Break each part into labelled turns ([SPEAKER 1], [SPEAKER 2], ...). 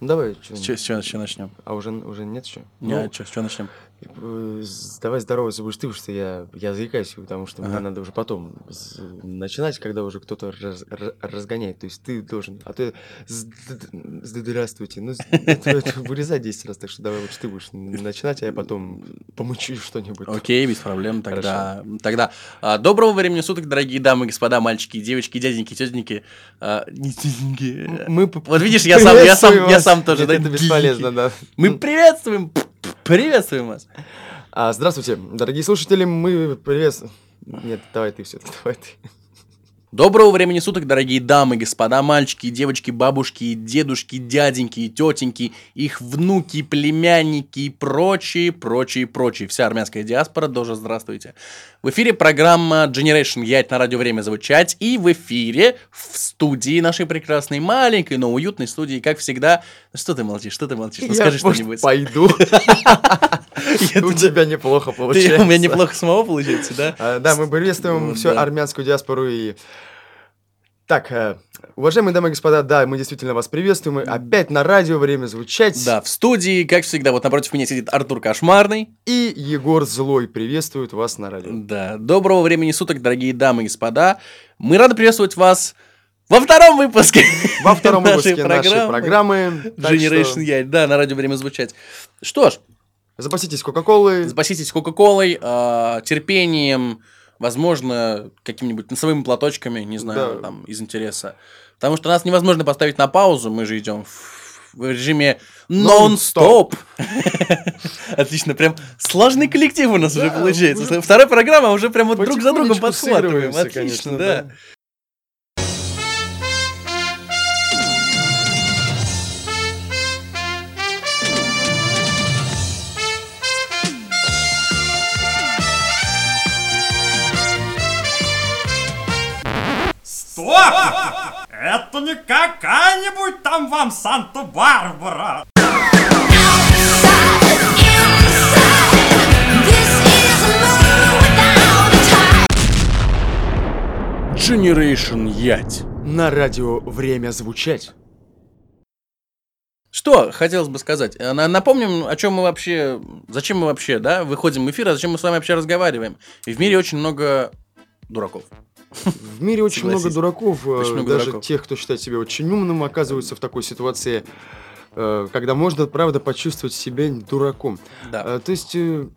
[SPEAKER 1] Ну, давай, чё-
[SPEAKER 2] С чего, с чего- с чего начнем?
[SPEAKER 1] А уже, уже нет еще?
[SPEAKER 2] Не, чё- с чего начнем?
[SPEAKER 1] Ну, э, с- давай здороваться будешь ты, потому что я, я заикаюсь, потому что мне
[SPEAKER 2] Ага.
[SPEAKER 1] надо уже потом с- начинать, когда уже кто-то раз- ра- разгоняет. То есть ты должен... А ты... с- д- с- Здравствуйте. Ну, с- это это вырезать 10 раз, так что давай лучше ты будешь начинать, а я потом помучу что-нибудь.
[SPEAKER 2] Окей, без проблем. Тогда, тогда а, доброго времени суток, дорогие дамы, господа, мальчики, девочки, дяденьки, тетеньки. а, не тетеньки.
[SPEAKER 1] М-
[SPEAKER 2] э,
[SPEAKER 1] Мы п-
[SPEAKER 2] Вот видишь, я сам- я сам-
[SPEAKER 1] приветствуем
[SPEAKER 2] я
[SPEAKER 1] вас.
[SPEAKER 2] сам тоже,
[SPEAKER 1] Нет,
[SPEAKER 2] да,
[SPEAKER 1] Это бесполезно, да.
[SPEAKER 2] Мы приветствуем, п- п- приветствуем вас.
[SPEAKER 1] А, здравствуйте, дорогие слушатели, мы приветствуем... Нет, давай ты все-таки, давай ты.
[SPEAKER 2] Доброго времени суток, дорогие дамы, господа, мальчики, девочки, бабушки, дедушки, дяденьки и тетеньки, их внуки, племянники и прочие, прочие, прочие. Вся армянская диаспора, тоже здравствуйте. В эфире программа Generation Яйт на радио «Время звучать» и в эфире в студии нашей прекрасной маленькой, но уютной студии, как всегда. Ну Что ты молчишь, что ты молчишь?
[SPEAKER 1] Я,
[SPEAKER 2] Ну, скажи
[SPEAKER 1] может,
[SPEAKER 2] что-нибудь.
[SPEAKER 1] пойду.
[SPEAKER 2] Я
[SPEAKER 1] У
[SPEAKER 2] тут-
[SPEAKER 1] тебя неплохо
[SPEAKER 2] ты-
[SPEAKER 1] получается.
[SPEAKER 2] У меня неплохо самого получается, да?
[SPEAKER 1] А, Да, мы приветствуем
[SPEAKER 2] Ну,
[SPEAKER 1] всю
[SPEAKER 2] да.
[SPEAKER 1] армянскую диаспору и... Так, э, уважаемые дамы и господа, да, мы действительно вас приветствуем. Мы опять на радио время звучать.
[SPEAKER 2] Да, в студии, как всегда, вот напротив меня сидит Артур Кошмарный.
[SPEAKER 1] И Егор Злой приветствует вас на радио.
[SPEAKER 2] Да, доброго времени суток, дорогие дамы и господа. Мы рады приветствовать вас во втором выпуске.
[SPEAKER 1] Во втором
[SPEAKER 2] нашей
[SPEAKER 1] выпуске нашей
[SPEAKER 2] программы
[SPEAKER 1] программы. Так что
[SPEAKER 2] Generation Yacht, да, на радио время звучать. Что ж,
[SPEAKER 1] Запаситесь Кока-Колы.
[SPEAKER 2] запаситесь Кока-Колой, а, терпением, возможно, какими-нибудь носовыми платочками, не знаю,
[SPEAKER 1] Да.
[SPEAKER 2] там, из интереса. Потому что нас невозможно поставить на паузу, мы же идем в, в режиме нон-стоп. Отлично, прям сложный коллектив у нас уже
[SPEAKER 1] Да,
[SPEAKER 2] получается.
[SPEAKER 1] уже
[SPEAKER 2] Вторая программа а уже прям вот друг за другом
[SPEAKER 1] Потихонечку
[SPEAKER 2] подхватываем.
[SPEAKER 1] сыгрываемся,
[SPEAKER 2] Отлично,
[SPEAKER 1] конечно,
[SPEAKER 2] да.
[SPEAKER 3] Стоп! Это не какая-нибудь там вам Санта-Барбара!
[SPEAKER 4] This is a moon without a time.
[SPEAKER 2] Generation Yacht.
[SPEAKER 1] На радио время звучать.
[SPEAKER 2] Что хотелось бы сказать? Э, на- Напомним, о чем мы вообще, зачем мы вообще, да, выходим в эфир, а зачем мы с вами вообще разговариваем? И в мире очень много дураков.
[SPEAKER 1] В мире очень много
[SPEAKER 2] Согласись.
[SPEAKER 1] дураков, э,
[SPEAKER 2] Очень много
[SPEAKER 1] даже
[SPEAKER 2] дураков.
[SPEAKER 1] тех, кто считает себя очень умным, оказываются в такой ситуации, э, когда можно, правда, почувствовать себя дураком.
[SPEAKER 2] Да.
[SPEAKER 1] Э, То есть э,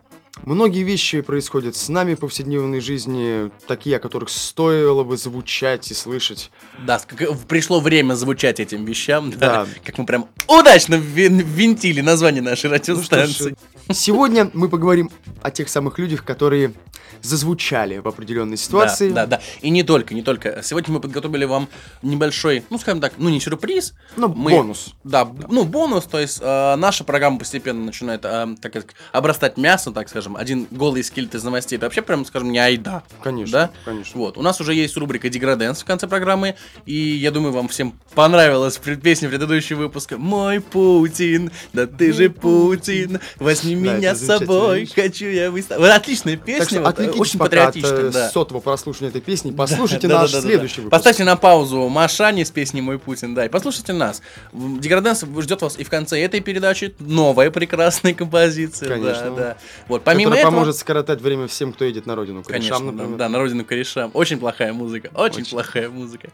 [SPEAKER 1] многие вещи происходят с нами в повседневной жизни, такие, о которых стоило бы звучать и слышать.
[SPEAKER 2] Да, с- как- в- пришло время звучать этим вещам, да.
[SPEAKER 1] Да.
[SPEAKER 2] Как мы прям удачно ввин- ввинтили название нашей
[SPEAKER 1] Ну что ж,
[SPEAKER 2] радиостанции.
[SPEAKER 1] э, сегодня мы поговорим о тех самых людях, которые зазвучали в определенной ситуации.
[SPEAKER 2] Да, да, да. И не только, не только. Сегодня мы подготовили вам небольшой, ну, скажем так, ну, не сюрприз.
[SPEAKER 1] Ну,
[SPEAKER 2] Мы-
[SPEAKER 1] бонус.
[SPEAKER 2] Да, б- ну, бонус, то есть э, наша программа постепенно начинает, э, так как, обрастать мясо, так скажем. Один голый скелет из новостей, это вообще прям, скажем, не айда.
[SPEAKER 1] Конечно,
[SPEAKER 2] Да?
[SPEAKER 1] конечно.
[SPEAKER 2] Вот, у нас уже есть рубрика «Деграденс» в конце программы, и я думаю, вам всем понравилась пред- песня предыдущего выпуска «Мой Путин, да ты же Путин, возьми
[SPEAKER 1] Да,
[SPEAKER 2] меня
[SPEAKER 1] это
[SPEAKER 2] с собой,
[SPEAKER 1] замечательная
[SPEAKER 2] хочу я выставить». Отличная песня,
[SPEAKER 1] Так что
[SPEAKER 2] вот, э,
[SPEAKER 1] отвлекитесь
[SPEAKER 2] очень
[SPEAKER 1] пока от, э,
[SPEAKER 2] патриотичная, да.
[SPEAKER 1] сотого прослушивания этой песни, послушайте
[SPEAKER 2] Да, да,
[SPEAKER 1] наш
[SPEAKER 2] да, да, да.
[SPEAKER 1] следующий выпуск.
[SPEAKER 2] Поставьте на паузу Машане с песней «Мой Путин», да, и послушайте нас. М, Деграденс ждет вас и в конце этой передачи. Новая прекрасная композиция. Да,
[SPEAKER 1] Конечно.
[SPEAKER 2] да. Вот, помимо
[SPEAKER 1] который
[SPEAKER 2] этого...
[SPEAKER 1] поможет скоротать время всем, кто едет на родину.
[SPEAKER 2] Конечно,
[SPEAKER 1] Корешам,
[SPEAKER 2] да,
[SPEAKER 1] например.
[SPEAKER 2] да, на родину корешам. Очень плохая музыка, очень,
[SPEAKER 1] Очень.
[SPEAKER 2] плохая музыка.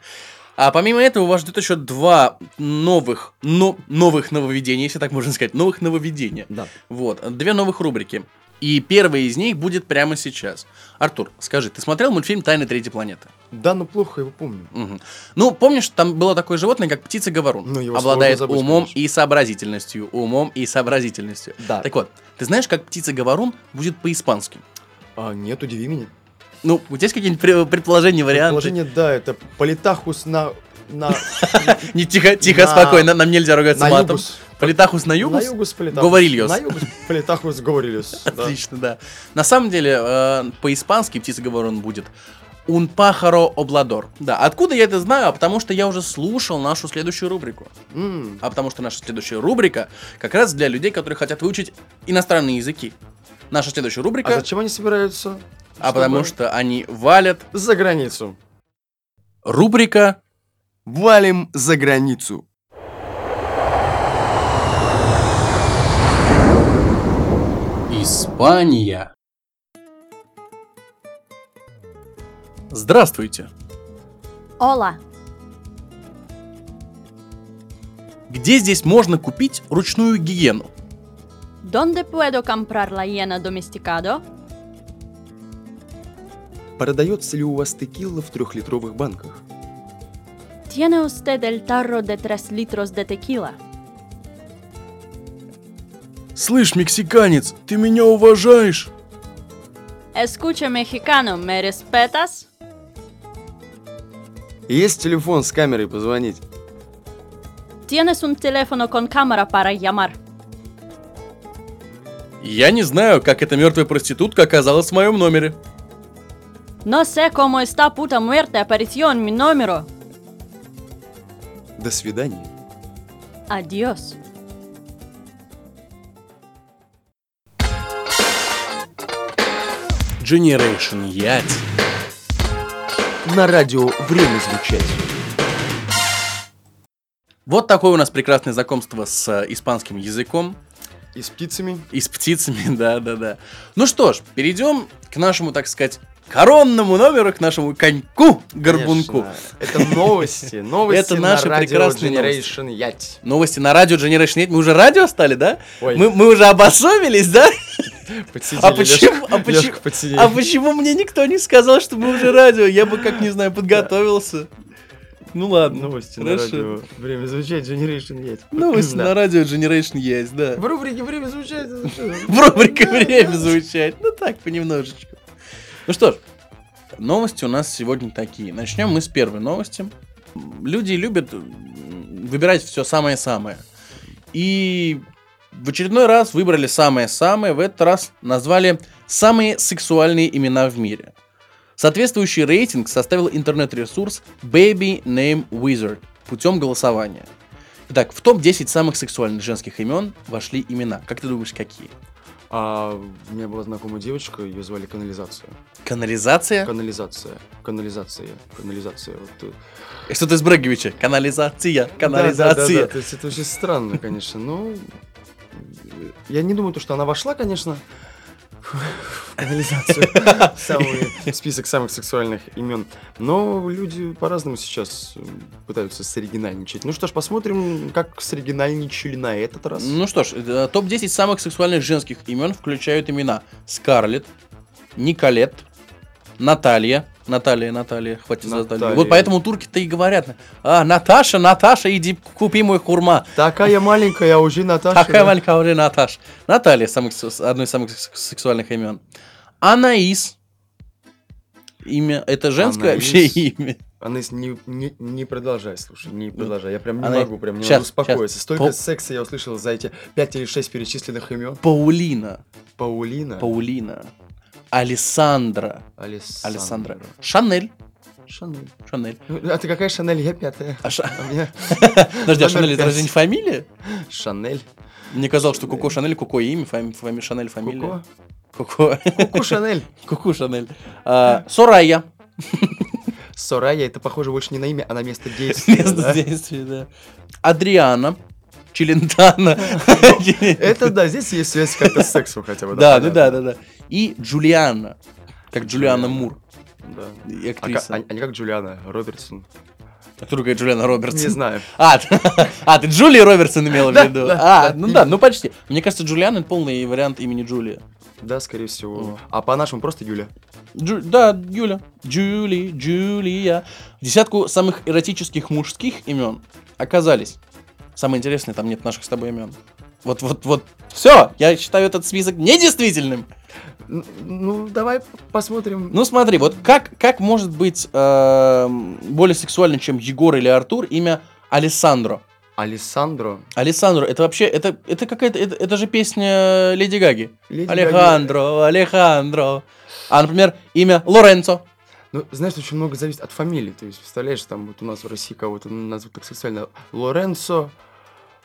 [SPEAKER 2] А помимо этого вас ждет еще два новых, но, новых нововведения, если так можно сказать, новых нововведения.
[SPEAKER 1] Да.
[SPEAKER 2] Вот, две новых рубрики. И первая из них будет прямо сейчас. Артур, скажи, ты смотрел мультфильм «Тайны третьей планеты»?
[SPEAKER 1] Да, ну плохо его помню.
[SPEAKER 2] Мгм. Ну, помнишь, там было такое животное, как птица-говорун.
[SPEAKER 1] Ну, его
[SPEAKER 2] обладает
[SPEAKER 1] сложно забыть,
[SPEAKER 2] умом
[SPEAKER 1] конечно.
[SPEAKER 2] и сообразительностью. Умом и сообразительностью.
[SPEAKER 1] Да.
[SPEAKER 2] Так вот, ты знаешь, как птица-говорун будет по-испански?
[SPEAKER 1] А, нет, удиви меня.
[SPEAKER 2] Ну, у тебя есть какие-нибудь пре- предположения, варианты?
[SPEAKER 1] Положение, да, это политахус на... На,
[SPEAKER 2] Не, тихо, тихо,
[SPEAKER 1] На-
[SPEAKER 2] спокойно, нам нельзя ругаться
[SPEAKER 1] на
[SPEAKER 2] матом.
[SPEAKER 1] югус.
[SPEAKER 2] Политахус на
[SPEAKER 1] На
[SPEAKER 2] югус?
[SPEAKER 1] югус политахус.
[SPEAKER 2] Говорильос.
[SPEAKER 1] На югус политахус говорильос. да.
[SPEAKER 2] Отлично, да. На самом деле, э, по-испански птица-говорун будет «Un pájaro обладор». Да, откуда я это знаю? А потому что я уже слушал нашу следующую рубрику.
[SPEAKER 1] М,
[SPEAKER 2] А потому что наша следующая рубрика как раз для людей, которые хотят выучить иностранные языки. Наша следующая
[SPEAKER 1] А
[SPEAKER 2] рубрика,
[SPEAKER 1] зачем они собираются?
[SPEAKER 2] а, потому
[SPEAKER 1] Чтобы
[SPEAKER 2] что они валят.
[SPEAKER 1] За границу.
[SPEAKER 2] Рубрика
[SPEAKER 1] Валим за границу.
[SPEAKER 2] Компания. Здравствуйте.
[SPEAKER 5] Ола.
[SPEAKER 2] Где здесь можно купить ручную гигиену?
[SPEAKER 5] ¿Dónde puedo comprar la hiena domesticado?
[SPEAKER 1] Продается ли у вас текила в трехлитровых банках?
[SPEAKER 5] ¿Tiene usted el tarro de 3 litros de tequila?
[SPEAKER 2] Слышь, мексиканец, ты меня уважаешь?
[SPEAKER 5] Escucha mexicano, ¿me respetas?
[SPEAKER 1] Есть телефон с камерой позвонить?
[SPEAKER 5] ¿Tienes un teléfono con cámara para llamar?
[SPEAKER 2] Я не знаю, как эта мертвая проститутка оказалась в моем номере.
[SPEAKER 5] No sé cómo esta puta muerte apareció en mi número.
[SPEAKER 1] До свидания.
[SPEAKER 5] Adiós.
[SPEAKER 2] Generation Ять.
[SPEAKER 1] На радио время звучать.
[SPEAKER 2] Вот такое у нас прекрасное знакомство с э, испанским языком.
[SPEAKER 1] И с птицами?
[SPEAKER 2] И с птицами, да-да-да. Ну что ж, перейдем к нашему, так сказать, коронному номеру, к нашему коньку горбунку.
[SPEAKER 1] Конечно. Это новости. Новости
[SPEAKER 2] Это
[SPEAKER 1] на
[SPEAKER 2] наши
[SPEAKER 1] радио
[SPEAKER 2] прекрасные
[SPEAKER 1] Generation Ять.
[SPEAKER 2] Новости на радио Generation 8. Мы уже радио стали, да?
[SPEAKER 1] Ой.
[SPEAKER 2] Мы, мы уже обособились, да?
[SPEAKER 1] Подсидели,
[SPEAKER 2] А почему,
[SPEAKER 1] Лёшка.
[SPEAKER 2] а, почему,
[SPEAKER 1] Лёшка, подсидели.
[SPEAKER 2] а почему мне никто не сказал, что мы уже радио? Я бы, как не знаю, подготовился. Ну ладно.
[SPEAKER 1] Новости
[SPEAKER 2] хорошо.
[SPEAKER 1] на радио. Время звучать, Generation Ять.
[SPEAKER 2] Новости
[SPEAKER 1] Да.
[SPEAKER 2] на радио Generation есть, да.
[SPEAKER 1] В рубрике «Время звучать» это что?
[SPEAKER 2] В рубрике «Время звучать». Ну так, понемножечку. Ну что ж, новости у нас сегодня такие. Начнем мы с первой новости. Люди любят м, выбирать все самое-самое. И в очередной раз выбрали самое-самое, в этот раз назвали самые сексуальные имена в мире. Соответствующий рейтинг составил интернет-ресурс Baby Name Wizard путем голосования. Итак, в топ-10 самых сексуальных женских имен вошли имена. Как ты думаешь, какие?
[SPEAKER 1] А у меня была знакомая девочка, ее звали Канализация.
[SPEAKER 2] Канализация?
[SPEAKER 1] Канализация. Канализация. Канализация. Вот, э,
[SPEAKER 2] Что-то из Брэговича. Канализация,
[SPEAKER 1] Да, да, да,
[SPEAKER 2] канализация.
[SPEAKER 1] да. То есть это очень странно, конечно, но... э, Я не думаю, то, что она вошла, конечно, в канализацию, в самый список самых сексуальных имен. Но люди по-разному сейчас э, пытаются соригинальничать. Ну что ж, посмотрим, как соригинальничали на этот раз.
[SPEAKER 2] Ну что ж, э, топ-10 самых сексуальных женских имен включают имена Скарлетт, Николет, Наталья, Наталья, Наталья, хватит за
[SPEAKER 1] Наталья.
[SPEAKER 2] Наталью. Вот поэтому турки-то и говорят. А, Наташа, Наташа, иди купи мой хурма.
[SPEAKER 1] Такая маленькая, а уже Наташа.
[SPEAKER 2] Такая
[SPEAKER 1] да.
[SPEAKER 2] маленькая уже Наташа. Наталья, самых, с- одно из самых секс- сексуальных имен. Анаис. Имя, это женское
[SPEAKER 1] Анаис.
[SPEAKER 2] вообще имя?
[SPEAKER 1] Анис, не, не, не продолжай, слушай, не продолжай. Я прям не
[SPEAKER 2] Она-
[SPEAKER 1] могу, прям не
[SPEAKER 2] щас,
[SPEAKER 1] могу успокоиться.
[SPEAKER 2] щас.
[SPEAKER 1] Столько
[SPEAKER 2] Пау-
[SPEAKER 1] секса я услышал за эти пять или шесть перечисленных имен.
[SPEAKER 2] Паулина.
[SPEAKER 1] Паулина,
[SPEAKER 2] Паулина. Алессандра.
[SPEAKER 1] Алес-
[SPEAKER 2] Александра. Шанель.
[SPEAKER 1] Шанель.
[SPEAKER 2] Шанель.
[SPEAKER 1] Ну, А ты какая Шанель? Я пятая.
[SPEAKER 2] А Ша-
[SPEAKER 1] А у меня
[SPEAKER 2] Подожди, а
[SPEAKER 1] Номер
[SPEAKER 2] Шанель это
[SPEAKER 1] пять.
[SPEAKER 2] разве не фамилия?
[SPEAKER 1] Шанель.
[SPEAKER 2] Мне казалось, что Коко Шанель, Коко имя, фами- фами- Шанель фамилия.
[SPEAKER 1] Коко.
[SPEAKER 2] Коко.
[SPEAKER 1] Ку Шанель.
[SPEAKER 2] Коко Шанель. А, Сорайя.
[SPEAKER 1] Сорая, это похоже больше не на имя, а на место действия.
[SPEAKER 2] Место
[SPEAKER 1] да?
[SPEAKER 2] действия, да. Адриана. Челентана.
[SPEAKER 1] Ну, Это да, здесь есть связь как-то с сексом хотя бы.
[SPEAKER 2] Да, да, да,
[SPEAKER 1] понятно.
[SPEAKER 2] да, да. И Джулиана. Как Джулиана
[SPEAKER 1] Джулиана.
[SPEAKER 2] Мур.
[SPEAKER 1] Да.
[SPEAKER 2] и
[SPEAKER 1] А ка-
[SPEAKER 2] Актриса.
[SPEAKER 1] а- а не как Джулиана Робертсон.
[SPEAKER 2] Кто другая Джулиана Робертс?
[SPEAKER 1] Не знаю.
[SPEAKER 2] А, ты- а, ты Джулия Робертсон имела в
[SPEAKER 1] Да,
[SPEAKER 2] виду?
[SPEAKER 1] да,
[SPEAKER 2] А,
[SPEAKER 1] да.
[SPEAKER 2] ну да, ну почти. Мне кажется, Джулиан это полный вариант имени Джулия.
[SPEAKER 1] Да, скорее всего.
[SPEAKER 2] О.
[SPEAKER 1] А по-нашему просто Юля.
[SPEAKER 2] Джу- да, Юля. Джули, Джулия. В десятку самых эротических мужских имен оказались. Самое интересное, там нет наших с тобой имен. Вот, вот, вот. Все, я считаю этот список недействительным.
[SPEAKER 1] Н- Ну, давай п- посмотрим.
[SPEAKER 2] Ну смотри, вот как, как может быть эм, более сексуальным, чем Егор или Артур, имя Алессандро?
[SPEAKER 1] Алессандро.
[SPEAKER 2] Алессандро, это вообще, это, это какая-то, это, это же песня Леди Гаги.
[SPEAKER 1] Леди Гаги.
[SPEAKER 2] Алехандро, Алехандро. А, например, имя Лоренцо.
[SPEAKER 1] Ну, знаешь, очень много зависит от фамилии. То есть, представляешь, там вот у нас в России кого-то назовут так сексуально. Лоренцо...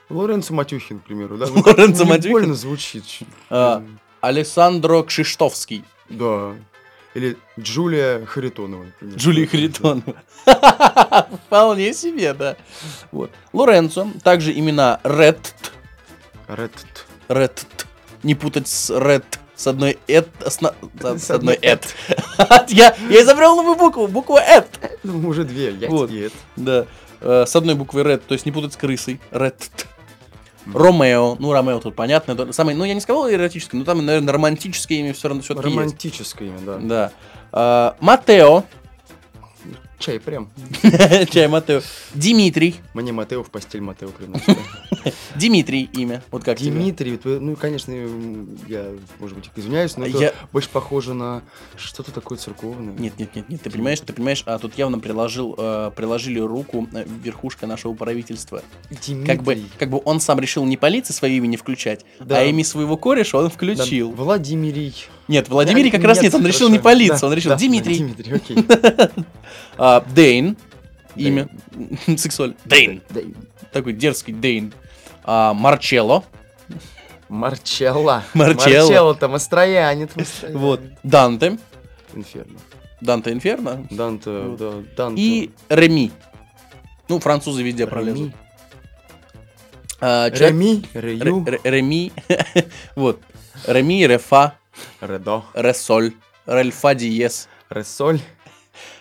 [SPEAKER 1] Лоренцо Матюхин, к примеру, да? Ну, как-то
[SPEAKER 2] Лоренцо
[SPEAKER 1] не
[SPEAKER 2] Матюхин?
[SPEAKER 1] больно звучит. Ч-
[SPEAKER 2] А. Александро Кшиштовский.
[SPEAKER 1] Да. Или Джулия Харитонова, например.
[SPEAKER 2] Джулия
[SPEAKER 1] Вот, да.
[SPEAKER 2] Харитонова. Вполне себе, да. Вот. Лоренцо. Также имена Ретт.
[SPEAKER 1] Ретт.
[SPEAKER 2] Ретт. Не путать с Ретт. с одной эт... С, на- да,
[SPEAKER 1] С
[SPEAKER 2] с одной
[SPEAKER 1] одной
[SPEAKER 2] эт. Я, я изобрел новую букву, буква эт.
[SPEAKER 1] Ну, уже две, я
[SPEAKER 2] Вот.
[SPEAKER 1] тебе это.
[SPEAKER 2] Да. Э, С одной буквы Red, то есть не путать с крысой. Red. Ромео. Ну, Ромео тут понятно. то- Самый, ну, я не сказал эротический, но там, наверное, романтическое имя все равно все-таки есть.
[SPEAKER 1] Романтическое имя, да.
[SPEAKER 2] Да. А, Матео.
[SPEAKER 1] Чай прям.
[SPEAKER 2] Чай Матео. Димитрий.
[SPEAKER 1] Мне Матео в постель Матео приносит.
[SPEAKER 2] Димитрий имя. Вот как тебе?
[SPEAKER 1] Дмитрий, вот, ну, конечно, м, я, может быть, извиняюсь, но это
[SPEAKER 2] А Я-
[SPEAKER 1] больше похоже на что-то такое церковное.
[SPEAKER 2] Нет, нет, нет, нет, ты понимаешь, ты понимаешь, а тут явно приложил, э, приложили руку э, верхушка нашего правительства.
[SPEAKER 1] Дмитрий.
[SPEAKER 2] Как бы, как бы он сам решил не полиции свое имя не включать,
[SPEAKER 1] Да.
[SPEAKER 2] а имя своего кореша он
[SPEAKER 1] Да,
[SPEAKER 2] включил.
[SPEAKER 1] Владимирий.
[SPEAKER 2] Нет, Владимирий как раз нет, он решил не
[SPEAKER 1] хорошо,
[SPEAKER 2] полиция,
[SPEAKER 1] да,
[SPEAKER 2] он решил
[SPEAKER 1] да,
[SPEAKER 2] Димитрий.
[SPEAKER 1] Димитрий, окей.
[SPEAKER 2] А, Дейн. Имя.
[SPEAKER 1] Дейн.
[SPEAKER 2] Сексуально. Дейн.
[SPEAKER 1] Дейн.
[SPEAKER 2] Такой дерзкий Дейн. А, Марчелло.
[SPEAKER 1] Марчелла.
[SPEAKER 2] Марчелло.
[SPEAKER 1] там остроянит. остроянит.
[SPEAKER 2] Вот. Данте.
[SPEAKER 1] Инферно.
[SPEAKER 2] Данте Инферно.
[SPEAKER 1] Данте, да, Данте.
[SPEAKER 2] И Реми. Ну, французы везде пролезут.
[SPEAKER 1] Реми.
[SPEAKER 2] А, человек-
[SPEAKER 1] Реми. Рею.
[SPEAKER 2] Ре- Ре- Реми. Вот. Реми, Рефа,
[SPEAKER 1] Редо.
[SPEAKER 2] Ресоль, Рельфа Диес.
[SPEAKER 1] Ресоль.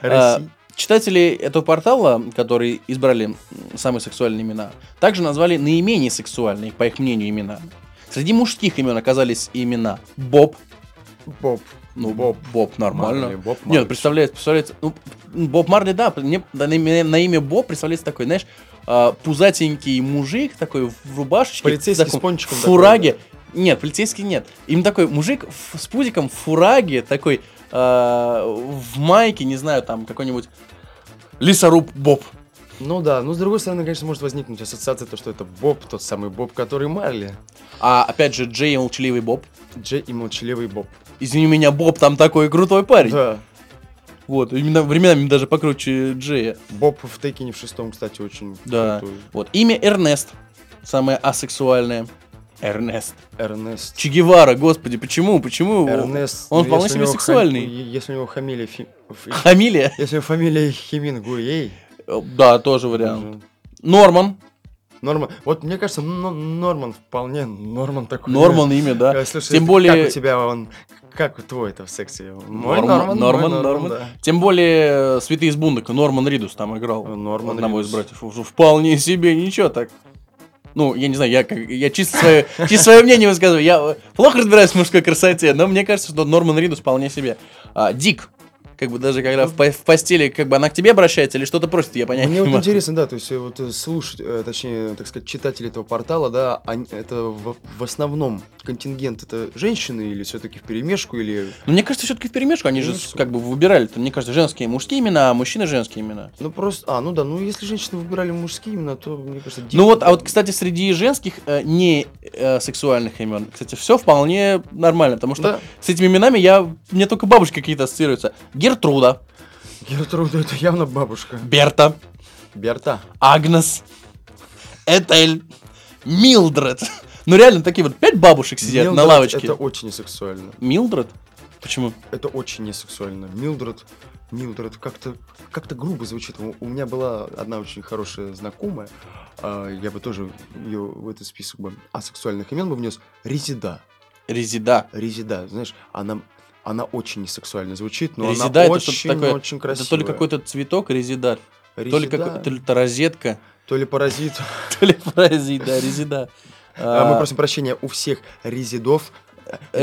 [SPEAKER 2] А,
[SPEAKER 1] Реси.
[SPEAKER 2] Читатели этого портала, которые избрали м, самые сексуальные имена, также назвали наименее сексуальные, по их мнению, имена. Среди мужских имен оказались имена Боб,
[SPEAKER 1] Боб.
[SPEAKER 2] ну, Боб,
[SPEAKER 1] Боб.
[SPEAKER 2] нормально.
[SPEAKER 1] Марли, Боб
[SPEAKER 2] Нет,
[SPEAKER 1] Марли.
[SPEAKER 2] представляет, представляет, ну, Боб Марли, да, мне на, имя- на имя Боб представляется такой, знаешь, а, пузатенький мужик такой в рубашечке.
[SPEAKER 1] Полицейский
[SPEAKER 2] в
[SPEAKER 1] с пончиком
[SPEAKER 2] в
[SPEAKER 1] такой,
[SPEAKER 2] фураге. Нет, полицейский нет. Им такой мужик ф- с пузиком в фураге, такой а, в майке, не знаю, там какой-нибудь лесоруб Боб.
[SPEAKER 1] Ну да, ну с другой стороны, конечно, может возникнуть ассоциация, то, что это Боб, тот самый Боб, который Марли.
[SPEAKER 2] А опять же, Джей и молчаливый Боб.
[SPEAKER 1] Джей и молчаливый Боб.
[SPEAKER 2] Извини меня, Боб там такой крутой парень.
[SPEAKER 1] Да.
[SPEAKER 2] Вот, именно временами даже покруче Джея.
[SPEAKER 1] Боб в Текине в шестом, кстати, очень
[SPEAKER 2] Да.
[SPEAKER 1] крутой.
[SPEAKER 2] Вот имя Эрнест. Самое асексуальное. Эрнест.
[SPEAKER 1] Эрнест.
[SPEAKER 2] Че Гевара, господи, почему? Почему?
[SPEAKER 1] Эрнест.
[SPEAKER 2] Он
[SPEAKER 1] ну,
[SPEAKER 2] вполне
[SPEAKER 1] если у
[SPEAKER 2] себе
[SPEAKER 1] него хам-
[SPEAKER 2] сексуальный.
[SPEAKER 1] е- Если у него хамилия... фи- фи-
[SPEAKER 2] Хамилия?
[SPEAKER 1] Если у него фамилия Хемингуэй.
[SPEAKER 2] Э, Да, тоже вариант. Норман.
[SPEAKER 1] Норман. Вот мне кажется, Но- Норман вполне Норман такой.
[SPEAKER 2] Норман имя, да.
[SPEAKER 1] Э, Слушай,
[SPEAKER 2] Тем
[SPEAKER 1] ты-
[SPEAKER 2] более...
[SPEAKER 1] Как у тебя он... Как твой это в сексе? Мой
[SPEAKER 2] Норм-
[SPEAKER 1] Норман, мой
[SPEAKER 2] Норман, Норман.
[SPEAKER 1] да.
[SPEAKER 2] Тем более, э, Святые из Бундока, Норман Ридус там играл.
[SPEAKER 1] Э, Норман
[SPEAKER 2] Одного из
[SPEAKER 1] Ридус.
[SPEAKER 2] братьев. Уж Вполне себе, ничего так. Ну, я не знаю, я, как, я чисто, свое, чисто свое мнение высказываю. Я э, плохо разбираюсь в мужской красоте, но мне кажется, что Норман Ридус вполне себе. А, Дик, как бы даже когда в, по- в постели, как бы она к тебе обращается или что-то просит, я понять
[SPEAKER 1] Мне
[SPEAKER 2] не
[SPEAKER 1] вот
[SPEAKER 2] могу.
[SPEAKER 1] интересно, да, то есть э, вот э, слушать, э, точнее, так сказать, читатели этого портала, да, они- это в, в основном контингент это женщины или все-таки в перемешку или,
[SPEAKER 2] Ну, мне кажется, все-таки в они же
[SPEAKER 1] Конечно.
[SPEAKER 2] как бы выбирали, то мне кажется, женские и мужские имена, а мужчины женские имена.
[SPEAKER 1] ну просто, а, ну да, ну если женщины выбирали мужские именно, то мне кажется,
[SPEAKER 2] Ну вот, а вот, кстати, среди женских э, не э, сексуальных имен, кстати, все вполне нормально, потому что
[SPEAKER 1] Да.
[SPEAKER 2] с этими именами я мне только бабушки какие-то ассоциируются. Гертруда,
[SPEAKER 1] Гертруда это явно бабушка.
[SPEAKER 2] Берта,
[SPEAKER 1] Берта.
[SPEAKER 2] Агнес, Этель, Милдред. Ну реально такие вот пять бабушек сидят на
[SPEAKER 1] Милдред
[SPEAKER 2] лавочке.
[SPEAKER 1] Это очень несексуально.
[SPEAKER 2] Милдред? Почему?
[SPEAKER 1] Это очень несексуально. Милдред, Милдред как-то как-то грубо звучит. У, у меня была одна очень хорошая знакомая, а, я бы тоже ее в этот список бы асексуальных имен бы внес. Резида.
[SPEAKER 2] Резида.
[SPEAKER 1] Резида, знаешь, она, она очень несексуально звучит, но
[SPEAKER 2] Резида
[SPEAKER 1] она
[SPEAKER 2] это что-то
[SPEAKER 1] очень,
[SPEAKER 2] такое-
[SPEAKER 1] очень красивая.
[SPEAKER 2] Это то ли какой-то цветок резида, то ли
[SPEAKER 1] Резида,
[SPEAKER 2] какой то ли то розетка,
[SPEAKER 1] то ли паразит.
[SPEAKER 2] то ли паразит, да, резида.
[SPEAKER 1] А,
[SPEAKER 2] А,
[SPEAKER 1] Мы просим прощения у всех резидов.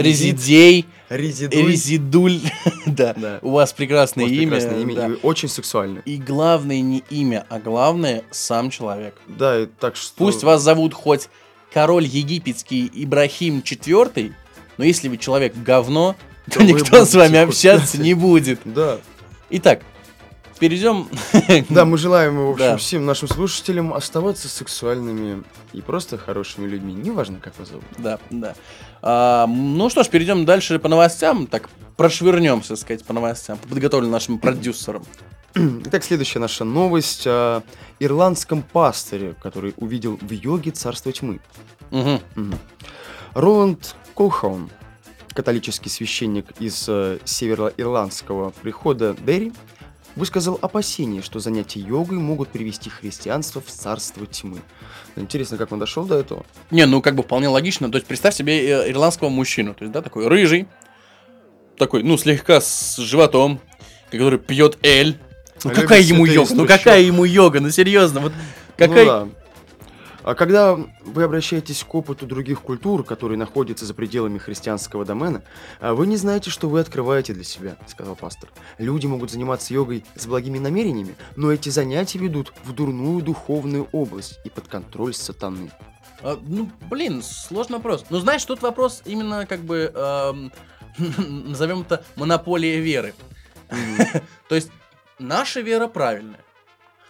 [SPEAKER 2] Резидей.
[SPEAKER 1] Резидуй.
[SPEAKER 2] Резидуль. Да.
[SPEAKER 1] Да.
[SPEAKER 2] У вас
[SPEAKER 1] У
[SPEAKER 2] прекрасное
[SPEAKER 1] вас
[SPEAKER 2] имя.
[SPEAKER 1] прекрасное имя
[SPEAKER 2] да.
[SPEAKER 1] и очень сексуально.
[SPEAKER 2] И главное не имя, а главное сам человек.
[SPEAKER 1] Да, и так что...
[SPEAKER 2] Пусть вас зовут хоть король египетский Ибрахим IV, но если вы человек говно, то
[SPEAKER 1] То вы
[SPEAKER 2] никто с вами
[SPEAKER 1] будете
[SPEAKER 2] общаться не будет.
[SPEAKER 1] Да.
[SPEAKER 2] Итак, перейдем.
[SPEAKER 1] Да, мы желаем, в общем,
[SPEAKER 2] Да.
[SPEAKER 1] всем нашим слушателям оставаться сексуальными и просто хорошими людьми. Неважно, как вас зовут.
[SPEAKER 2] Да, да. А, ну что ж, перейдем дальше по новостям. Так, прошвырнемся, так сказать, по новостям, подготовленным нашим продюсером.
[SPEAKER 1] Итак, следующая наша новость о ирландском пастыре, который увидел в йоге царство тьмы.
[SPEAKER 2] Мгм.
[SPEAKER 1] Мгм. Роланд Коухон, католический священник из э, североирландского прихода Дерри, высказал опасение, что занятия йогой могут привести христианство в царство тьмы. Интересно, как он дошел до этого?
[SPEAKER 2] Не, ну как бы вполне логично. То есть представь себе э, ирландского мужчину. То есть, да, такой рыжий, такой, ну, слегка с животом, который пьет эль. Ну
[SPEAKER 1] А
[SPEAKER 2] какая
[SPEAKER 1] любит
[SPEAKER 2] ему
[SPEAKER 1] святые
[SPEAKER 2] йога? Ну
[SPEAKER 1] источники.
[SPEAKER 2] какая ему йога? Ну серьезно, вот какая...
[SPEAKER 1] Ну да. А когда вы обращаетесь к опыту других культур, которые находятся за пределами христианского домена, а вы не знаете, что вы открываете для себя, сказал пастор. Люди могут заниматься йогой с благими намерениями, но эти занятия ведут в дурную духовную область и под контроль сатаны.
[SPEAKER 2] А, ну, блин, сложный вопрос. Ну, знаешь, тут вопрос именно как бы, эм, назовем это, монополия веры. То есть, наша вера правильная.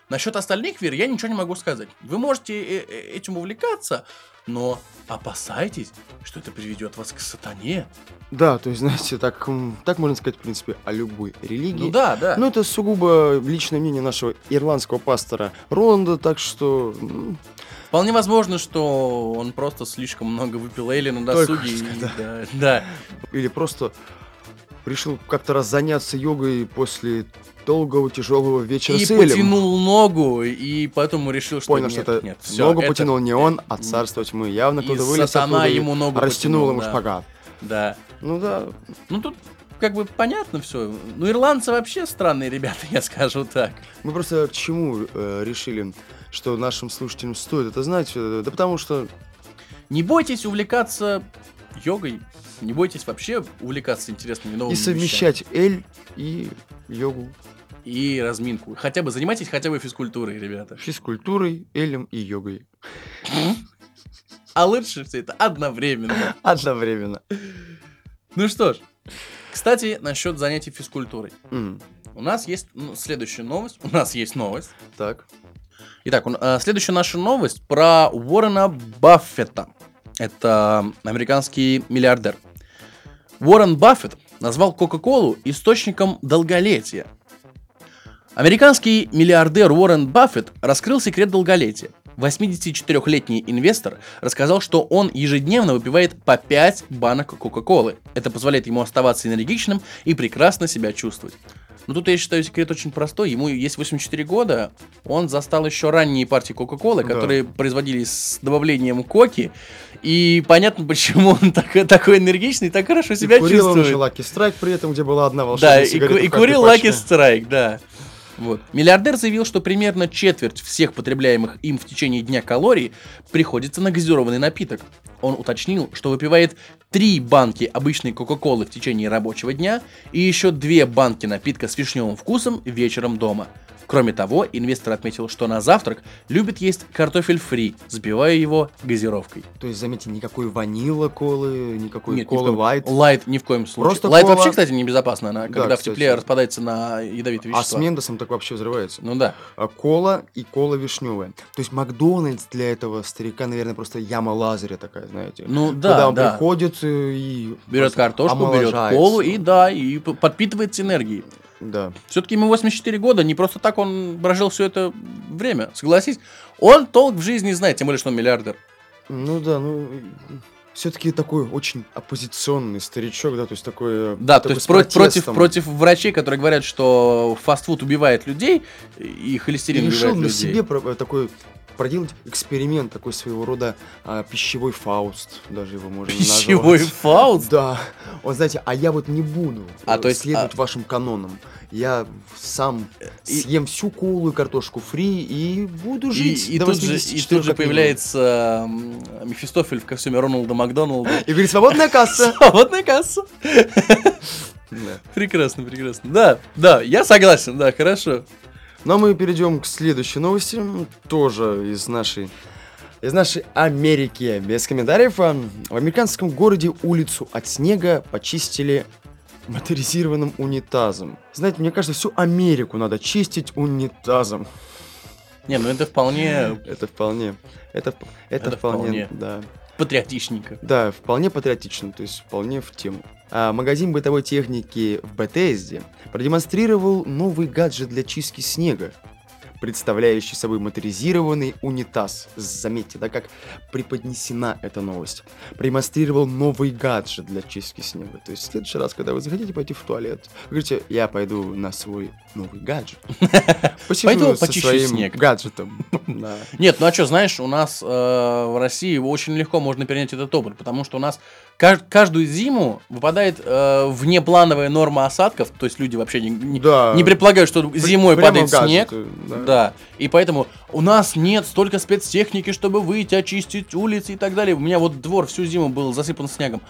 [SPEAKER 2] Насчет остальных вер я ничего не могу сказать. Вы можете э, э, этим увлекаться, но опасайтесь, что это приведет вас к сатане.
[SPEAKER 1] Да, то есть, знаете, так, м, так можно сказать, в принципе, о любой религии.
[SPEAKER 2] Ну да, да.
[SPEAKER 1] Но это сугубо личное мнение нашего ирландского пастора Ронда, так что... м,
[SPEAKER 2] Вполне возможно, что он просто слишком много выпил Эйли на
[SPEAKER 1] Только
[SPEAKER 2] досуге. и-
[SPEAKER 1] что, да.
[SPEAKER 2] да, да.
[SPEAKER 1] или просто решил как-то раз заняться йогой после долгого тяжелого вечера
[SPEAKER 2] И
[SPEAKER 1] с Элем.
[SPEAKER 2] потянул ногу, и поэтому решил, что
[SPEAKER 1] Понял, что
[SPEAKER 2] нет,
[SPEAKER 1] это
[SPEAKER 2] нет, всё,
[SPEAKER 1] много
[SPEAKER 2] это-
[SPEAKER 1] потянул не он, а
[SPEAKER 2] М.
[SPEAKER 1] царство тьмы. Явно
[SPEAKER 2] И
[SPEAKER 1] кто-то вылез
[SPEAKER 2] сатана
[SPEAKER 1] оттуда и
[SPEAKER 2] ему ногу
[SPEAKER 1] растянул
[SPEAKER 2] потянул,
[SPEAKER 1] ему
[SPEAKER 2] да.
[SPEAKER 1] шпагат.
[SPEAKER 2] Да.
[SPEAKER 1] Ну да,
[SPEAKER 2] Ну тут как бы понятно все. Ну ирландцы вообще странные ребята, я скажу так.
[SPEAKER 1] мы просто к чему э, решили, что нашим слушателям стоит это знать? Э, Да потому что
[SPEAKER 2] Не бойтесь увлекаться йогой. Не бойтесь вообще увлекаться интересными новыми
[SPEAKER 1] и совмещать эль и йогу,
[SPEAKER 2] вещами. И разминку. Хотя бы занимайтесь хотя бы физкультурой, ребята.
[SPEAKER 1] физкультурой, элем и йогой.
[SPEAKER 2] А лучше все это одновременно.
[SPEAKER 1] Одновременно.
[SPEAKER 2] Ну что ж. Кстати, насчет занятий физкультурой.
[SPEAKER 1] М,
[SPEAKER 2] У нас есть ну, следующая новость. У нас есть новость.
[SPEAKER 1] Так.
[SPEAKER 2] Итак, у- э, следующая наша новость про Уоррена Баффета. Это американский миллиардер. Уоррен Баффет назвал Кока-Колу источником долголетия. Американский миллиардер Уоррен Баффет раскрыл секрет долголетия. 84-летний инвестор рассказал, что он ежедневно выпивает по 5 банок Кока-Колы. Это позволяет ему оставаться энергичным и прекрасно себя чувствовать. Но тут я считаю секрет очень простой. Ему есть 84 года, он застал еще ранние партии Кока-Колы,
[SPEAKER 1] Да.
[SPEAKER 2] которые производились с добавлением коки. И понятно, почему он так- такой энергичный и так хорошо себя
[SPEAKER 1] и курил он
[SPEAKER 2] чувствует.
[SPEAKER 1] еще Лаки Страйк при этом, где была одна волшебная
[SPEAKER 2] Да, и, ку-
[SPEAKER 1] сигарета
[SPEAKER 2] и
[SPEAKER 1] в каждой
[SPEAKER 2] курил
[SPEAKER 1] пачке.
[SPEAKER 2] Lucky Strike, да. Вот. Миллиардер заявил, что примерно четверть всех потребляемых им в течение дня калорий приходится на газированный напиток. Он уточнил, что выпивает три банки обычной Кока-Колы в течение рабочего дня и еще две банки напитка с вишневым вкусом вечером дома. Кроме того, инвестор отметил, что на завтрак любит есть картофель фри, запивая его газировкой.
[SPEAKER 1] То есть, заметьте, никакой ванила колы, никакой
[SPEAKER 2] Нет, ни в
[SPEAKER 1] колы
[SPEAKER 2] коем-
[SPEAKER 1] лайт.
[SPEAKER 2] Лайт ни в коем случае.
[SPEAKER 1] Просто
[SPEAKER 2] лайт
[SPEAKER 1] кола-
[SPEAKER 2] вообще, кстати, небезопасна. Она,
[SPEAKER 1] Да,
[SPEAKER 2] когда в
[SPEAKER 1] кстати.
[SPEAKER 2] тепле распадается на ядовитые
[SPEAKER 1] А
[SPEAKER 2] вещества.
[SPEAKER 1] с Мендосом так вообще взрывается.
[SPEAKER 2] Ну да.
[SPEAKER 1] А кола и кола вишневая. То есть Макдональдс для этого старика, наверное, просто яма Лазаря такая, знаете.
[SPEAKER 2] Ну
[SPEAKER 1] Куда
[SPEAKER 2] да,
[SPEAKER 1] он
[SPEAKER 2] да.
[SPEAKER 1] приходит э, и...
[SPEAKER 2] Берет
[SPEAKER 1] просто
[SPEAKER 2] картошку, берет
[SPEAKER 1] омоложается.
[SPEAKER 2] колу и да, и п- подпитывается энергией.
[SPEAKER 1] Да.
[SPEAKER 2] Все-таки ему 84 года, не просто так он прожил все это время, согласись. Он толк в жизни знает, тем более, что он миллиардер.
[SPEAKER 1] Ну да, ну... Все-таки такой очень оппозиционный старичок, да, то есть такой... э,
[SPEAKER 2] Да, то
[SPEAKER 1] такой
[SPEAKER 2] есть
[SPEAKER 1] с
[SPEAKER 2] про- против,
[SPEAKER 1] протестом.
[SPEAKER 2] против врачей, которые говорят, что фастфуд убивает людей, и
[SPEAKER 1] И
[SPEAKER 2] холестерин
[SPEAKER 1] решил
[SPEAKER 2] убивает
[SPEAKER 1] на
[SPEAKER 2] людей.
[SPEAKER 1] себе про- э, такой проделать эксперимент, такой своего рода а, пищевой фауст, даже его можно
[SPEAKER 2] Пищевой
[SPEAKER 1] назвать.
[SPEAKER 2] фауст?
[SPEAKER 1] Да. Вот знаете, а я вот не буду
[SPEAKER 2] А,
[SPEAKER 1] э,
[SPEAKER 2] то есть,
[SPEAKER 1] следовать вашим канонам. Я сам
[SPEAKER 2] И-
[SPEAKER 1] съем всю колу и картошку фри и буду жить.
[SPEAKER 2] И, и
[SPEAKER 1] до
[SPEAKER 2] тут же,
[SPEAKER 1] 84
[SPEAKER 2] и тут же
[SPEAKER 1] как минимум.
[SPEAKER 2] появляется м, Мефистофель в костюме Роналда Макдоналда.
[SPEAKER 1] И говорит, свободная касса.
[SPEAKER 2] Свободная касса. Прекрасно, прекрасно. Да, да, я согласен, да, хорошо.
[SPEAKER 1] Ну а мы перейдем к следующей новости, м, тоже из нашей из нашей Америки. Без комментариев. а, В американском городе улицу от снега почистили моторизированным унитазом. Знаете, мне кажется, всю Америку надо чистить унитазом.
[SPEAKER 2] Не, ну это вполне
[SPEAKER 1] Это вполне. Это, вп- это,
[SPEAKER 2] Это
[SPEAKER 1] вполне,
[SPEAKER 2] вполне.
[SPEAKER 1] Да.
[SPEAKER 2] патриотичненько.
[SPEAKER 1] Да, вполне патриотично, то есть вполне в тему. А магазин бытовой техники в Бетезде продемонстрировал новый гаджет для чистки снега. представляющий собой моторизированный унитаз. Заметьте, да, как преподнесена эта новость. Продемонстрировал новый гаджет для чистки снега. То есть в следующий раз, когда вы захотите пойти в туалет, вы говорите, я пойду на свой новый гаджет. Посижу
[SPEAKER 2] Пойду
[SPEAKER 1] со
[SPEAKER 2] почищу
[SPEAKER 1] своим
[SPEAKER 2] снег.
[SPEAKER 1] гаджетом. Да.
[SPEAKER 2] Нет, ну а что, знаешь, у нас э, в России очень легко можно перенять этот опыт, потому что у нас каж- каждую зиму выпадает э, внеплановая норма осадков, то есть люди вообще не, не-
[SPEAKER 1] Да.
[SPEAKER 2] не предполагают, что зимой
[SPEAKER 1] Прямо
[SPEAKER 2] падает
[SPEAKER 1] в гаджеты,
[SPEAKER 2] снег. Да. и поэтому у нас нет столько спецтехники, чтобы выйти, очистить улицы и так далее. У меня вот двор всю зиму был засыпан снегом.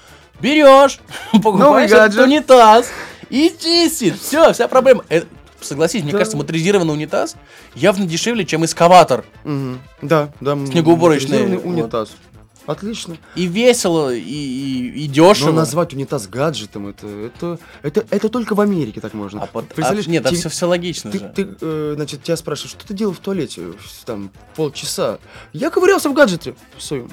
[SPEAKER 2] Берешь, покупаешь этот
[SPEAKER 1] гаджет.
[SPEAKER 2] унитаз и чистит. Все, вся проблема. Э, согласись, мне
[SPEAKER 1] Да.
[SPEAKER 2] кажется, моторизированный унитаз явно дешевле, чем эскаватор.
[SPEAKER 1] Мгм. Да, да. м,
[SPEAKER 2] Снегоуборочный,
[SPEAKER 1] моторизированный
[SPEAKER 2] вот.
[SPEAKER 1] унитаз. Отлично.
[SPEAKER 2] И весело, и, и, и
[SPEAKER 1] Но
[SPEAKER 2] дешево.
[SPEAKER 1] назвать унитаз гаджетом, это, это, это, это только в Америке так можно.
[SPEAKER 2] А под- а-
[SPEAKER 1] Представляешь,
[SPEAKER 2] нет,
[SPEAKER 1] те-
[SPEAKER 2] все, все логично
[SPEAKER 1] ты,
[SPEAKER 2] же.
[SPEAKER 1] ты, э, значит, тебя спрашивают, что ты делал в туалете? Там, полчаса. Я ковырялся в гаджете в своем.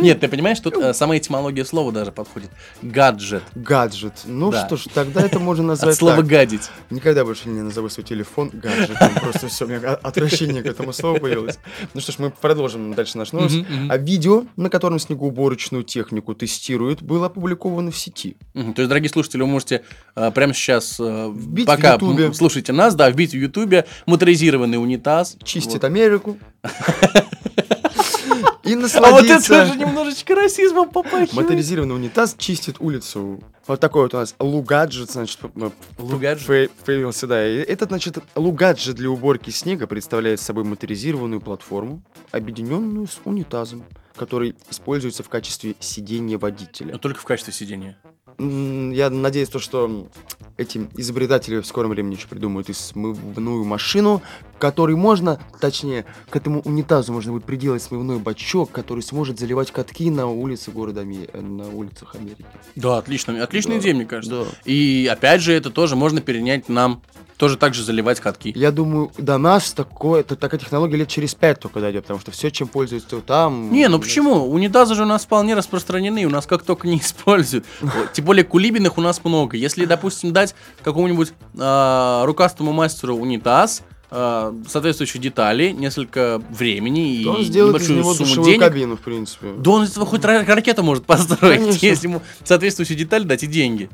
[SPEAKER 2] Нет, ты понимаешь, тут э, сама этимология слова даже подходит. Гаджет.
[SPEAKER 1] Гаджет. Ну
[SPEAKER 2] Да.
[SPEAKER 1] что ж, тогда это можно
[SPEAKER 2] От
[SPEAKER 1] назвать
[SPEAKER 2] слова
[SPEAKER 1] так.
[SPEAKER 2] гадить.
[SPEAKER 1] Никогда больше не назову свой телефон гаджетом. Просто все, у меня о- отвращение к этому слову появилось. Ну что ж, мы продолжим дальше наш новость.
[SPEAKER 2] Мгм, мгм.
[SPEAKER 1] А видео, на котором снегоуборочную технику тестируют, было опубликовано в сети.
[SPEAKER 2] Мгм, То есть, дорогие слушатели, вы можете э, прямо сейчас, э,
[SPEAKER 1] Вбить в
[SPEAKER 2] пока
[SPEAKER 1] Ютубе.
[SPEAKER 2] м, слушайте нас, да, вбить в Ютубе моторизированный унитаз.
[SPEAKER 1] Чистит
[SPEAKER 2] Вот.
[SPEAKER 1] Америку. И
[SPEAKER 2] А вот это
[SPEAKER 1] насладиться.
[SPEAKER 2] уже немножечко расизмом попахивает.
[SPEAKER 1] Моторизированный унитаз чистит улицу. Вот такой вот у нас лугаджет, значит, п- п-
[SPEAKER 2] Лугаджет.
[SPEAKER 1] п- появился, да. И этот, значит, лугаджет для уборки снега представляет собой моторизированную платформу, объединенную с унитазом, который используется в качестве сидения
[SPEAKER 2] Но
[SPEAKER 1] водителя.
[SPEAKER 2] только в качестве сидения.
[SPEAKER 1] М, Я надеюсь, то, что м, эти изобретатели в скором времени еще придумают и смывную машину, которой можно, точнее, к этому унитазу можно будет приделать смывной бачок, который сможет заливать катки на улице города, Аме- э, на улицах Америки.
[SPEAKER 2] Да, отлично. Отличная
[SPEAKER 1] Да.
[SPEAKER 2] идея, мне кажется.
[SPEAKER 1] Да.
[SPEAKER 2] И опять же, это тоже можно перенять нам. Тоже так же заливать катки.
[SPEAKER 1] Я думаю, до нас такое, та- такая технология лет через пять только дойдет, потому что все, чем пользуются там...
[SPEAKER 2] Не, ну почему? Унитазы же у нас вполне распространены, у нас как только не используют. Вот, Тем более кулибиных у нас много. Если, допустим, дать какому-нибудь а, рукастому мастеру унитаз, а, соответствующие детали, несколько времени и
[SPEAKER 1] То он сделает из
[SPEAKER 2] небольшую
[SPEAKER 1] него
[SPEAKER 2] сумму
[SPEAKER 1] душевую
[SPEAKER 2] денег,
[SPEAKER 1] кабину, в принципе.
[SPEAKER 2] да он из этого хоть ра- ракету может построить,
[SPEAKER 1] Конечно.
[SPEAKER 2] если ему соответствующие детали дать и деньги.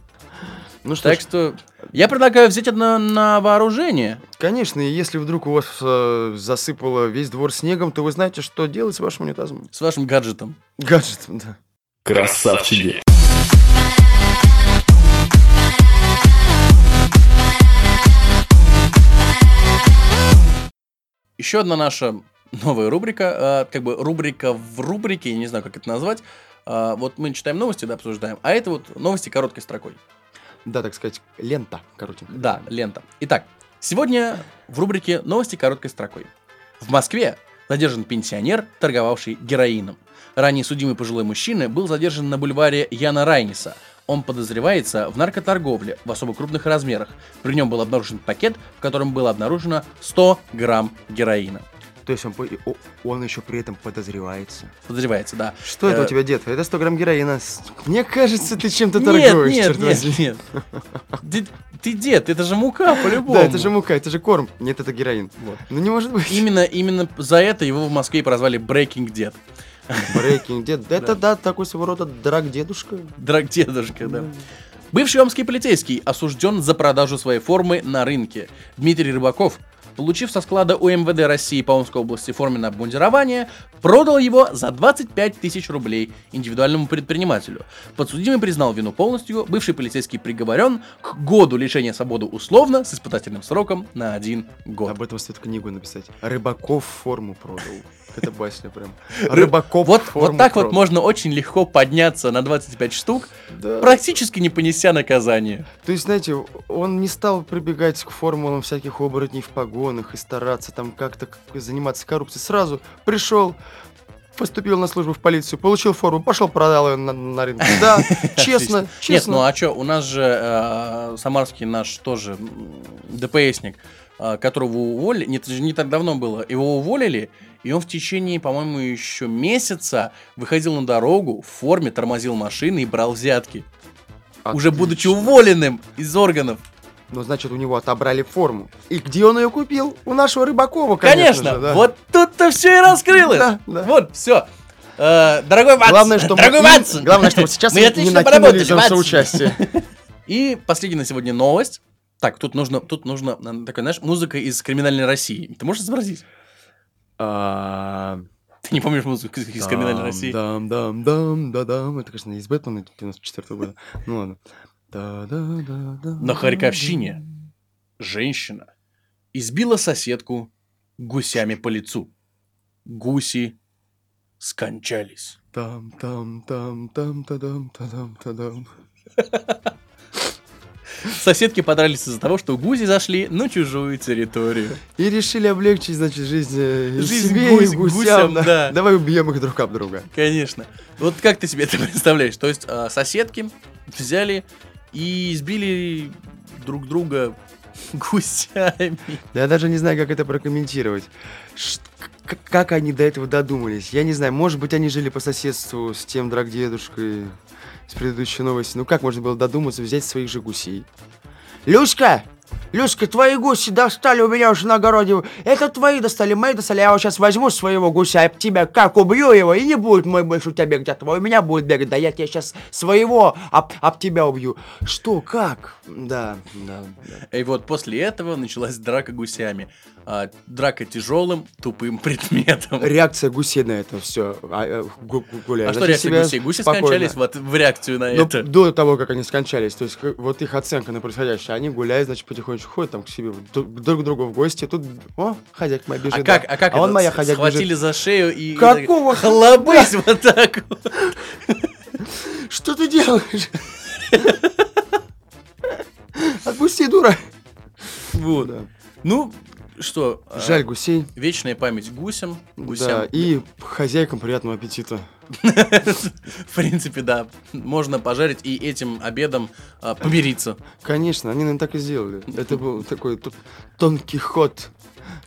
[SPEAKER 1] Ну что
[SPEAKER 2] Так
[SPEAKER 1] ж,
[SPEAKER 2] что я предлагаю взять это на, на вооружение.
[SPEAKER 1] конечно, и если вдруг у вас э, засыпало весь двор снегом, то вы знаете, что делать с вашим унитазом.
[SPEAKER 2] С вашим гаджетом.
[SPEAKER 1] Гаджетом, да.
[SPEAKER 6] Красавчики.
[SPEAKER 2] Еще одна наша новая рубрика, э, как бы рубрика в рубрике, я не знаю, как это назвать. Э, вот мы читаем новости, да, обсуждаем, а это вот новости короткой строкой.
[SPEAKER 1] Да, так сказать, лента, коротенькая.
[SPEAKER 2] Да, лента. Итак, сегодня в рубрике новости короткой строкой. В Москве задержан пенсионер, торговавший героином. Ранее судимый пожилой мужчина был задержан на бульваре Яна Райниса. Он подозревается в наркоторговле в особо крупных размерах. При нем был обнаружен пакет, в котором было обнаружено 100 грамм героина.
[SPEAKER 1] То есть он, по- и о- он еще при этом подозревается.
[SPEAKER 2] Подозревается, да.
[SPEAKER 1] Что это
[SPEAKER 2] Э,
[SPEAKER 1] у тебя, дед? Это 100 грамм героина. С- Мне кажется, ты чем-то
[SPEAKER 2] Нет,
[SPEAKER 1] торгуешь,
[SPEAKER 2] нет,
[SPEAKER 1] черт
[SPEAKER 2] нет,
[SPEAKER 1] возьми.
[SPEAKER 2] нет. Ты, ты дед, это же мука по-любому.
[SPEAKER 1] Да, это же мука, это же корм. Нет, это героин.
[SPEAKER 2] Вот.
[SPEAKER 1] Ну не может быть.
[SPEAKER 2] Именно, именно за это его в Москве и прозвали Breaking Дед.
[SPEAKER 1] Брейкинг дед. Это да, такой своего рода драк дедушка.
[SPEAKER 2] Драк дедушка, да. Бывший омский полицейский осужден за продажу своей формы на рынке. Дмитрий Рыбаков, получив со склада УМВД России по Омской области форме на обмундирование, продал его за 25 тысяч рублей индивидуальному предпринимателю. Подсудимый признал вину полностью, бывший полицейский приговорен к году лишения свободы условно с испытательным сроком на один год.
[SPEAKER 1] Об этом стоит книгу написать. Рыбаков форму продал. Это басня прям. Рыбаков
[SPEAKER 2] Вот,
[SPEAKER 1] форму
[SPEAKER 2] вот так вот
[SPEAKER 1] продал.
[SPEAKER 2] можно очень легко подняться на 25 штук,
[SPEAKER 1] Да.
[SPEAKER 2] практически не понеся наказание.
[SPEAKER 1] То есть, знаете, он не стал прибегать к формулам всяких оборотней в погонах и стараться там как-то к- заниматься коррупцией. Сразу пришел, поступил на службу в полицию, получил форму, пошел, продал ее на, на рынке. Да, честно,
[SPEAKER 2] Нет, ну
[SPEAKER 1] честно.
[SPEAKER 2] а что, у нас же э, самарский наш тоже м, ДПСник, э, которого уволили, нет, это же не так давно было, его уволили, и он в течение, по-моему, еще месяца выходил на дорогу в форме, тормозил машины и брал взятки. Уже будучи
[SPEAKER 1] Отлично.
[SPEAKER 2] уволенным из органов.
[SPEAKER 1] Но А Ну, значит, у него отобрали форму. И где он ее купил? У нашего Рыбакова, конечно.
[SPEAKER 2] Конечно,
[SPEAKER 1] же, да.
[SPEAKER 2] вот тут-то все и раскрылось.
[SPEAKER 1] Да, да.
[SPEAKER 2] Вот, все. дорогой Ватсон,
[SPEAKER 1] Главное, что мы-
[SPEAKER 2] дорогой
[SPEAKER 1] им-
[SPEAKER 2] Ватсон.
[SPEAKER 1] главное, что вот сейчас
[SPEAKER 2] Мы
[SPEAKER 1] им не
[SPEAKER 2] отлично
[SPEAKER 1] накинули
[SPEAKER 2] поработали,
[SPEAKER 1] за
[SPEAKER 2] Ватсон.
[SPEAKER 1] соучастие.
[SPEAKER 2] И последняя на сегодня новость. Так, тут нужно, тут нужно, э, такая, знаешь, музыка из криминальной России. Ты можешь изобразить?
[SPEAKER 1] А,
[SPEAKER 2] Ты не помнишь музыку из криминальной
[SPEAKER 1] Дам,
[SPEAKER 2] России?
[SPEAKER 1] Дам, дам, дам, да, дам. Это, конечно, не из Бэтмена 94 года. Ну ладно. Да, да, да, да.
[SPEAKER 2] На Харьковщине женщина избила соседку гусями по лицу. Гуси скончались.
[SPEAKER 1] Там, там, там, там, та-дам, та-дам, та-дам.
[SPEAKER 2] Соседки подрались из-за того, что гуси зашли на чужую территорию.
[SPEAKER 1] И решили облегчить, значит, жизнь, э,
[SPEAKER 2] Жизнь
[SPEAKER 1] себе
[SPEAKER 2] гусь-
[SPEAKER 1] и
[SPEAKER 2] гусям,
[SPEAKER 1] гусям. да.
[SPEAKER 2] да.
[SPEAKER 1] Давай убьем их друг об друга.
[SPEAKER 2] Конечно. Вот как ты себе это представляешь? То есть э, соседки взяли и избили друг друга гусями.
[SPEAKER 1] Я даже не знаю, как это прокомментировать. Ш- к- как они до этого додумались? Я не знаю, может быть, они жили по соседству с тем драгдедушкой с предыдущей новости. Ну как можно было додуматься взять своих же гусей? Люська! Люська, твои гуси достали у меня уже на огороде. Это твои достали, мои достали. Я вот сейчас возьму своего гуся, об тебя как убью его, и не будет мой больше у тебя бегать, а твой у меня будет бегать. Да я тебя сейчас своего об, об тебя убью. Что, как? Да, да, да.
[SPEAKER 2] И вот после этого началась драка гусями. А, драка тяжелым, тупым предметом.
[SPEAKER 1] реакция гусей на это все. А,
[SPEAKER 2] А что реакция гусей? Гуси скончались вот в реакцию на это.
[SPEAKER 1] Ну, до того, как они скончались, то есть как- вот их оценка на происходящее, они гуляют, значит, потихонечку ходят там к себе, вот, друг друг к другу в гости, тут, о, хозяйка моя бежит.
[SPEAKER 2] А
[SPEAKER 1] да.
[SPEAKER 2] как, а как
[SPEAKER 1] а он
[SPEAKER 2] это?
[SPEAKER 1] моя
[SPEAKER 2] С-
[SPEAKER 1] хозяйка
[SPEAKER 2] Схватили
[SPEAKER 1] бежит.
[SPEAKER 2] за шею и...
[SPEAKER 1] Какого
[SPEAKER 2] и так Хлобысь вот так вот.
[SPEAKER 1] Что ты делаешь? Отпусти, дура.
[SPEAKER 2] Вот.
[SPEAKER 1] Да.
[SPEAKER 2] Ну, что? а,
[SPEAKER 1] Жаль гусей.
[SPEAKER 2] Вечная память гусям.
[SPEAKER 1] Да,
[SPEAKER 2] Гусям.
[SPEAKER 1] и хозяйкам приятного аппетита.
[SPEAKER 2] В принципе, да. Можно пожарить и этим обедом а, помириться.
[SPEAKER 1] Конечно, они, наверное, так и сделали. Это был такой тон- тонкий ход,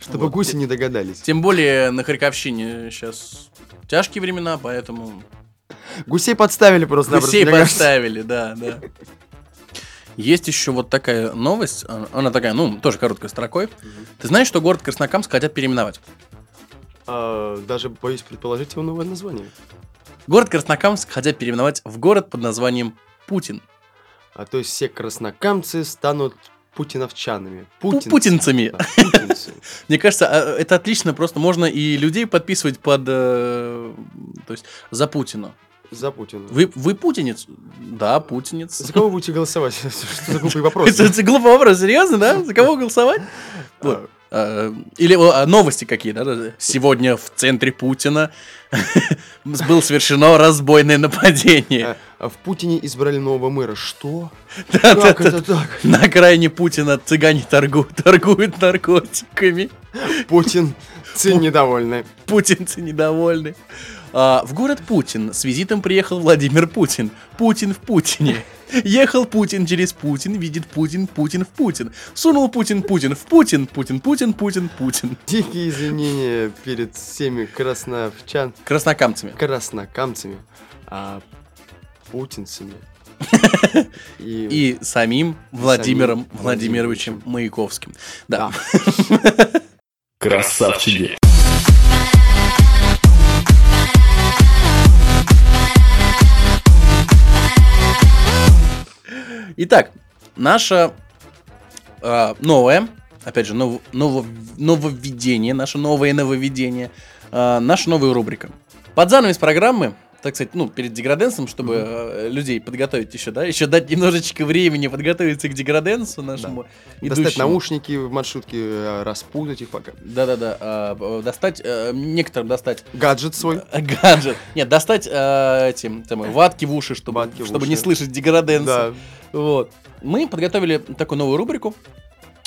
[SPEAKER 1] чтобы
[SPEAKER 2] Вот.
[SPEAKER 1] гуси не догадались.
[SPEAKER 2] Тем более на Харьковщине сейчас тяжкие времена, поэтому
[SPEAKER 1] Гусей подставили просто.
[SPEAKER 2] гусей поставили, да, да. Есть еще вот такая новость, а, она такая, ну, тоже короткой строкой. Ты знаешь, что город Краснокамск хотят переименовать?
[SPEAKER 1] А, даже боюсь предположить его новое название.
[SPEAKER 2] Город Краснокамск хотят переименовать в город под названием Путин.
[SPEAKER 1] А то есть все краснокамцы станут путиновчанами.
[SPEAKER 2] Пу-
[SPEAKER 1] Путинцы.
[SPEAKER 2] путинцами.
[SPEAKER 1] Да, путинцы.
[SPEAKER 2] Мне кажется, а, это отлично, просто можно и людей подписывать под, э, то есть, за Путина.
[SPEAKER 1] За Путина.
[SPEAKER 2] Вы, вы путинец? Да, путинец.
[SPEAKER 1] За кого будете голосовать? Что за глупый вопрос?
[SPEAKER 2] Это, это глупый вопрос, серьезно, да? За кого голосовать? Вот. А, Или а, новости какие, да? да, да. Сегодня в центре Путина было совершено разбойное нападение.
[SPEAKER 1] А, а В Путине избрали нового мэра. Что?
[SPEAKER 2] Да, да,
[SPEAKER 1] Как
[SPEAKER 2] да.
[SPEAKER 1] это так?
[SPEAKER 2] На окраине Путина цыгане торгу- торгуют наркотиками.
[SPEAKER 1] Путин, ты недовольны.
[SPEAKER 2] Путинцы недовольны. А, в город Путин с визитом приехал Владимир Путин. Путин в Путине. Ехал Путин через Путин, видит Путин, Путин в Путин. Сунул Путин, Путин в Путин, Путин, Путин, Путин, Путин.
[SPEAKER 1] Дикие извинения перед всеми красновчан,
[SPEAKER 2] Краснокамцами.
[SPEAKER 1] краснокамцами, а путинцами. И...
[SPEAKER 2] И самим Владимиром
[SPEAKER 1] Владимировичем.
[SPEAKER 2] Владимировичем Маяковским. Да.
[SPEAKER 6] Красавчики.
[SPEAKER 2] Итак, наша э, новая, опять же, нов- ново- нововведение, наше новое нововведение, э, наша новая рубрика. Под занавес программы, так сказать, ну, перед деграденсом, чтобы э, людей подготовить еще, да, еще дать немножечко времени подготовиться к деграденсу нашему.
[SPEAKER 1] Достать
[SPEAKER 2] идущему.
[SPEAKER 1] наушники в маршрутке, э, распутать их пока.
[SPEAKER 2] Да-да-да, э, б- достать, э, некоторым достать
[SPEAKER 1] Гаджет свой.
[SPEAKER 2] э, гаджет. Нет, достать э, этим, там, ватки в уши, чтобы,
[SPEAKER 1] Ватки в
[SPEAKER 2] чтобы
[SPEAKER 1] уши.
[SPEAKER 2] не слышать деграденса.
[SPEAKER 1] Да.
[SPEAKER 2] Вот. Мы подготовили такую новую рубрику.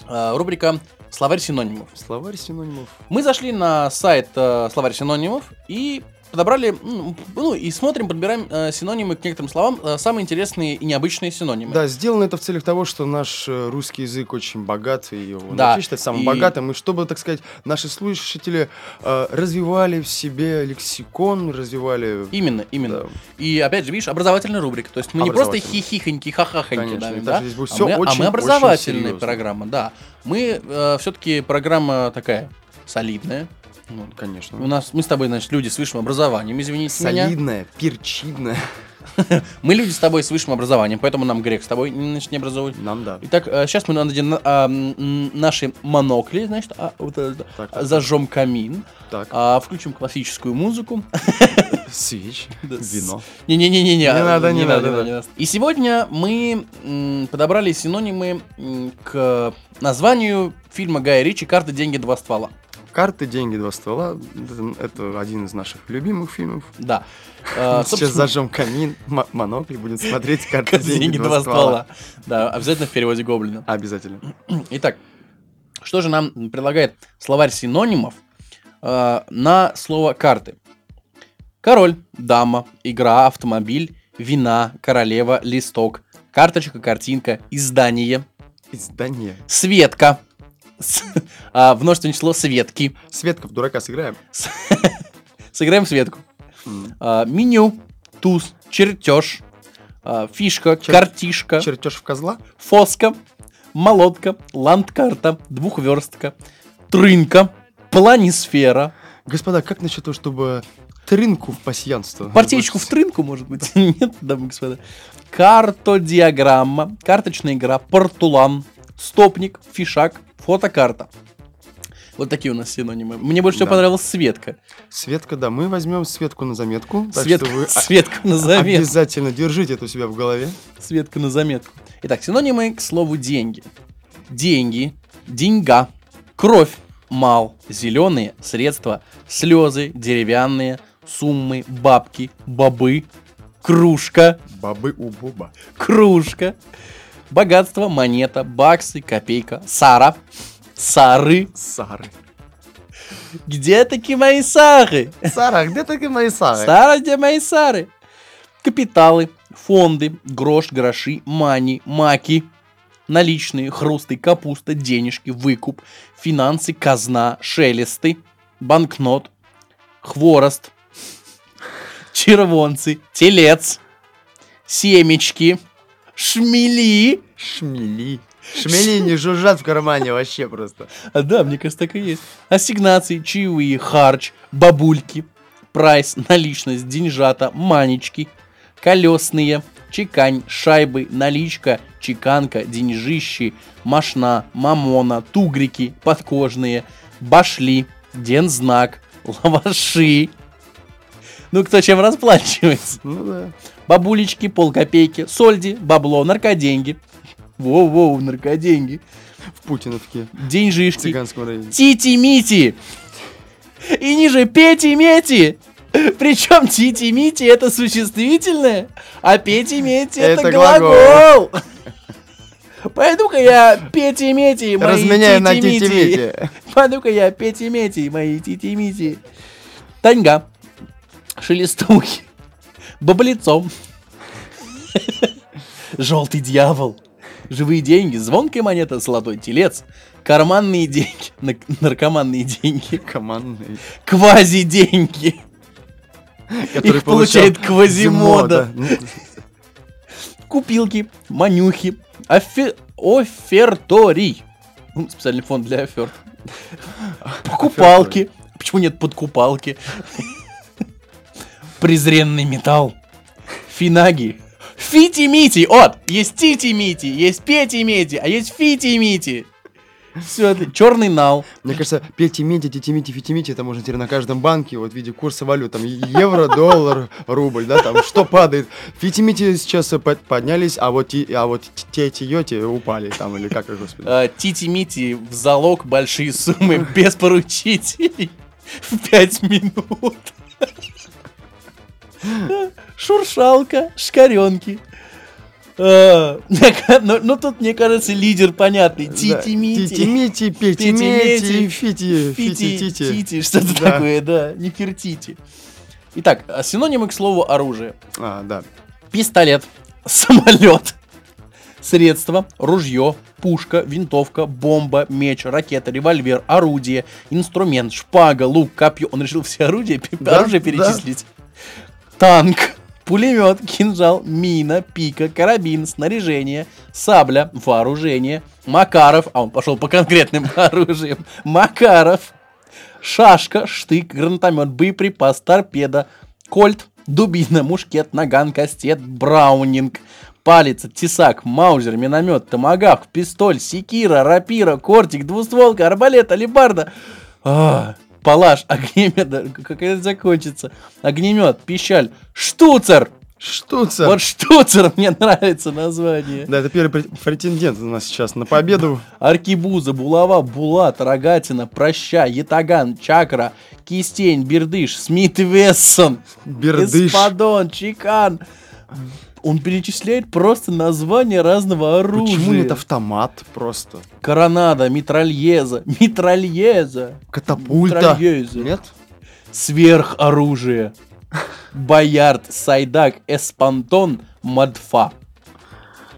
[SPEAKER 2] А, Рубрика «Словарь синонимов».
[SPEAKER 1] Словарь синонимов.
[SPEAKER 2] Мы зашли на сайт э, «Словарь синонимов» и подобрали, м, ну и смотрим, подбираем э, синонимы к некоторым словам, э, самые интересные и необычные синонимы.
[SPEAKER 1] Да, сделано это в целях того, что наш э, русский язык очень богат, и его
[SPEAKER 2] Да,
[SPEAKER 1] вообще считать самым
[SPEAKER 2] и-
[SPEAKER 1] богатым, и чтобы, так сказать, наши слушатели э, развивали в себе лексикон, развивали...
[SPEAKER 2] Именно, именно.
[SPEAKER 1] Да.
[SPEAKER 2] И опять же, видишь, образовательная рубрика. То есть мы не просто
[SPEAKER 1] Образовательная.
[SPEAKER 2] хихихоньки, хахахоньки,
[SPEAKER 1] Конечно,
[SPEAKER 2] давим,
[SPEAKER 1] это
[SPEAKER 2] да?
[SPEAKER 1] здесь будет
[SPEAKER 2] а
[SPEAKER 1] всё
[SPEAKER 2] мы, а мы
[SPEAKER 1] очень-очень
[SPEAKER 2] образовательная
[SPEAKER 1] серьезно.
[SPEAKER 2] программа, да. Мы все-таки программа такая солидная. Ну,
[SPEAKER 1] Конечно.
[SPEAKER 2] у нас, мы с тобой, значит, люди с высшим образованием, извините меня.
[SPEAKER 1] Солидная, перчидная.
[SPEAKER 2] Мы люди с тобой с высшим образованием, поэтому нам грек с тобой значит, не образовывать.
[SPEAKER 1] Нам да.
[SPEAKER 2] Итак, сейчас мы наденем а, м, м, наши монокли, значит, а, вот это,
[SPEAKER 1] Так, так,
[SPEAKER 2] зажжем камин,
[SPEAKER 1] Так,
[SPEAKER 2] а, включим классическую музыку.
[SPEAKER 1] свеч,
[SPEAKER 2] Да, с-
[SPEAKER 1] вино.
[SPEAKER 2] Не-не-не-не.
[SPEAKER 1] Не надо, не надо, да.
[SPEAKER 2] И сегодня мы м, подобрали синонимы м, к названию фильма Гая Ричи «Карты, деньги, два ствола».
[SPEAKER 1] Карты, деньги, два ствола. Это- Это один из наших любимых фильмов.
[SPEAKER 2] Да. Э,
[SPEAKER 1] А, Сейчас
[SPEAKER 2] собственно,
[SPEAKER 1] зажжем камин, м- монокли, будем смотреть карты,
[SPEAKER 2] «Карты, деньги, два ствола». Да, обязательно в переводе Гоблина.
[SPEAKER 1] Обязательно.
[SPEAKER 2] Итак, что же нам предлагает словарь синонимов э, на слово карты? Король, дама, игра, автомобиль, вина, королева, листок, карточка, картинка, издание,
[SPEAKER 1] Издание.
[SPEAKER 2] Светка. С- а, в множественное число Светки.
[SPEAKER 1] Светка в дурака сыграем.
[SPEAKER 2] С- Сыграем Светку.
[SPEAKER 1] М.
[SPEAKER 2] А, меню, туз, чертеж, а, фишка,
[SPEAKER 1] Чер-
[SPEAKER 2] картишка,
[SPEAKER 1] Чертеж в козла.
[SPEAKER 2] фоска, молотка, ландкарта, двухверстка, трынка, планисфера,
[SPEAKER 1] Господа, как насчет того, чтобы трынку в пасьянство?
[SPEAKER 2] партеечку в трынку, может быть? Нет, дамы и господа. Картодиаграмма, карточная игра, портулан, стопник, фишак, фотокарта. Вот такие у нас синонимы. Мне больше всего
[SPEAKER 1] Да.
[SPEAKER 2] понравилась Светка.
[SPEAKER 1] Светка, да, мы возьмем Светку на заметку. Так
[SPEAKER 2] Светка,
[SPEAKER 1] что вы а-
[SPEAKER 2] Светка на заметку.
[SPEAKER 1] обязательно держите это у себя в голове.
[SPEAKER 2] Светка на заметку. Итак, синонимы к слову деньги. Деньги, деньга, кровь, мал, зеленые, средства, слезы, деревянные, суммы, бабки, бобы, кружка,
[SPEAKER 1] Бабы у Боба.
[SPEAKER 2] кружка, богатство, монета, баксы, копейка, сара, сары.
[SPEAKER 1] Сары.
[SPEAKER 2] Где такие мои сары?
[SPEAKER 1] Сара, где такие мои Сары?
[SPEAKER 2] Сара, где мои сары? Капиталы, фонды, грош, гроши, мани, маки, наличные, хрусты, капуста, денежки, выкуп, финансы, казна, шелесты, банкнот, хворост, червонцы, телец, семечки, шмели.
[SPEAKER 1] Шмели. Шмели не жужжат в кармане вообще просто.
[SPEAKER 2] А да, мне кажется, так и есть. Ассигнации, чаевые, харч, бабульки, прайс, наличность, деньжата, манечки, колесные, чекань, шайбы, наличка, чеканка, деньжищи, машна, мамона, тугрики, подкожные, башли, дензнак, лаваши. Ну, кто чем расплачивается?
[SPEAKER 1] Ну да.
[SPEAKER 2] Бабулечки, полкопейки, сольди, бабло, наркоденьги. Воу-воу, наркоденьги.
[SPEAKER 1] В Путиновке. В
[SPEAKER 2] Деньжишки,
[SPEAKER 1] цыганском районе.
[SPEAKER 2] Тити-Мити. И ниже Пети-Мети. Причем Тити-Мити это существительное, а Пети-Мети это,
[SPEAKER 1] Это глагол.
[SPEAKER 2] глагол. Пойду-ка я Пети-Мети, мои
[SPEAKER 1] Разменяю на
[SPEAKER 2] Тити-Мити.
[SPEAKER 1] тетивете.
[SPEAKER 2] Пойду-ка я Пети-Мети, мои Тити-Мити. Таньга. Шелестухи. Баблицом. Желтый дьявол. Живые деньги, звонкая монета, золотой телец, карманные деньги, нар- наркоманные деньги,
[SPEAKER 1] Командный.
[SPEAKER 2] квази-деньги,
[SPEAKER 1] Который
[SPEAKER 2] Их получает
[SPEAKER 1] получал
[SPEAKER 2] Квазимода.
[SPEAKER 1] Зимода. Ну,
[SPEAKER 2] купилки, манюхи, офе- оферторий. Ну, Специальный фонд для оферт. Покупалки. Почему нет подкупалки? Презренный металл. Финаги. Фити-мити. От, есть тити-мити, есть пети-мити, а есть фити-мити. Все, это черный нал.
[SPEAKER 1] Мне кажется, Пети Мити, Тити Мити, Фити Мити, это можно теперь на каждом банке, вот в виде курса валют, там евро, доллар, рубль, да, там что падает. Фити Мити сейчас э, под- поднялись, а вот, ти- а вот Тети Йоти упали, там, или как, господи.
[SPEAKER 2] Э, Тити-мити в залог большие суммы без поручителей в 5 минут. Шуршалка, шкаренки. Э, мне ка- Ну, ну, тут, мне кажется, лидер понятный.
[SPEAKER 1] Тити
[SPEAKER 2] Тити-мити.
[SPEAKER 1] Мити, Пети
[SPEAKER 2] Пети-мити,
[SPEAKER 1] Мити, Фити, Фити Тити.
[SPEAKER 2] Фити-тити. Что-то
[SPEAKER 1] Да.
[SPEAKER 2] такое, да. Нефертити. Итак, а, синонимы к слову оружие.
[SPEAKER 1] А, да.
[SPEAKER 2] Пистолет, самолет, средство, ружье, пушка, винтовка, бомба, меч, ракета, револьвер, орудие, инструмент, шпага, лук, копье. Он решил все орудия, пи-
[SPEAKER 1] Да,
[SPEAKER 2] оружие
[SPEAKER 1] да.
[SPEAKER 2] перечислить. Танк, пулемет, кинжал, мина, пика, карабин, снаряжение, сабля, вооружение, Макаров, а он пошел по конкретным оружиям, Макаров, шашка, штык, гранатомет, боеприпас, торпеда, кольт, дубина, мушкет, наган, кастет, браунинг, палец, тесак, маузер, миномет, томагавк, пистоль, секира, рапира, кортик, двустволка, арбалет, алебарда, А, палаш, огнемет, как это закончится, огнемет, пищаль, штуцер,
[SPEAKER 1] Штуцер.
[SPEAKER 2] вот штуцер мне нравится название.
[SPEAKER 1] Да, это первый пре- претендент у нас сейчас на победу.
[SPEAKER 2] Аркибуза, булава, булат, рогатина, проща, ятаган, чакра, кистень, бердыш, смит и вессон,
[SPEAKER 1] Бердыш.
[SPEAKER 2] эспадон, чекан. Он перечисляет просто названия разного оружия.
[SPEAKER 1] Почему нет автомат просто?
[SPEAKER 2] Коронада, митральеза, митральеза,
[SPEAKER 1] Катапульта.
[SPEAKER 2] Митральеза.
[SPEAKER 1] Нет?
[SPEAKER 2] сверхоружие, боярд, сайдак, эспантон, мадфа.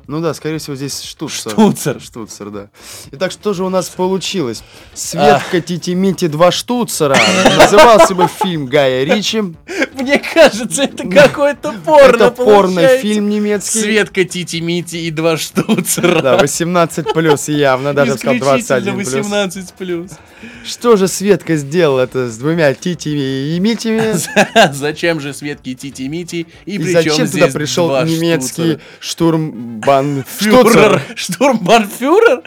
[SPEAKER 1] Ну да, скорее всего, здесь штуцер.
[SPEAKER 2] Штуцер.
[SPEAKER 1] Штуцер, да. Итак, что же у нас получилось?
[SPEAKER 2] А.
[SPEAKER 1] Светка Титимити два штуцера. Назывался бы фильм Гая Ричи.
[SPEAKER 2] Мне кажется, это какой-то порно
[SPEAKER 1] Это
[SPEAKER 2] получается.
[SPEAKER 1] порнофильм немецкий.
[SPEAKER 2] Светка Тити Мити и два штуцера.
[SPEAKER 1] Да, 18 плюс явно, даже я бы сказал 21 плюс.
[SPEAKER 2] 18 плюс.
[SPEAKER 1] Что же Светка сделала это с двумя титями и митями?
[SPEAKER 2] А Зачем же Светке Тити Мити? И,
[SPEAKER 1] И
[SPEAKER 2] при
[SPEAKER 1] зачем
[SPEAKER 2] чем
[SPEAKER 1] туда
[SPEAKER 2] здесь
[SPEAKER 1] пришел
[SPEAKER 2] два
[SPEAKER 1] немецкий
[SPEAKER 2] штуцера?
[SPEAKER 1] штурмбан
[SPEAKER 2] Фюрер, штурмбанфюрер?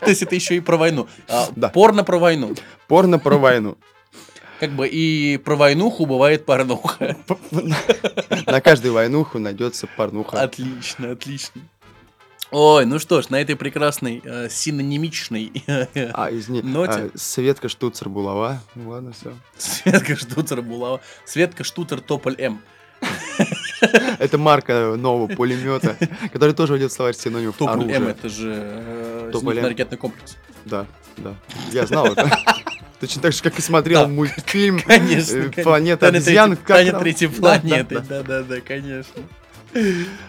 [SPEAKER 2] То есть это еще и про войну. А,
[SPEAKER 1] Да.
[SPEAKER 2] Порно про войну.
[SPEAKER 1] Порно про войну.
[SPEAKER 2] Как бы и про войнуху бывает порнуха.
[SPEAKER 1] На каждую войнуху найдется порнуха.
[SPEAKER 2] Отлично, отлично. Ой, ну что ж, на этой прекрасной э, синонимичной э,
[SPEAKER 1] А, извини,
[SPEAKER 2] Ноте.
[SPEAKER 1] а, Светка Штуцер Булава. Ну ладно, все.
[SPEAKER 2] Светка Штуцер Булава. Светка Штутер Тополь М.
[SPEAKER 1] Это марка нового пулемета, который тоже войдет в словарь синонимов
[SPEAKER 2] Тополь М
[SPEAKER 1] оружия.
[SPEAKER 2] это же э,
[SPEAKER 1] Тополь М.
[SPEAKER 2] зенитно-ракетный комплекс.
[SPEAKER 1] Да, да. Я знал это. Точно так же, как и смотрел
[SPEAKER 2] Да.
[SPEAKER 1] мультфильм
[SPEAKER 2] Конечно.
[SPEAKER 1] э,
[SPEAKER 2] конечно.
[SPEAKER 1] «Планета
[SPEAKER 2] Планета
[SPEAKER 1] обезьян».
[SPEAKER 2] третьей-
[SPEAKER 1] как
[SPEAKER 2] Планета
[SPEAKER 1] там?
[SPEAKER 2] третьей
[SPEAKER 1] Да, да,
[SPEAKER 2] планеты.
[SPEAKER 1] да.
[SPEAKER 2] Да, да, да, конечно.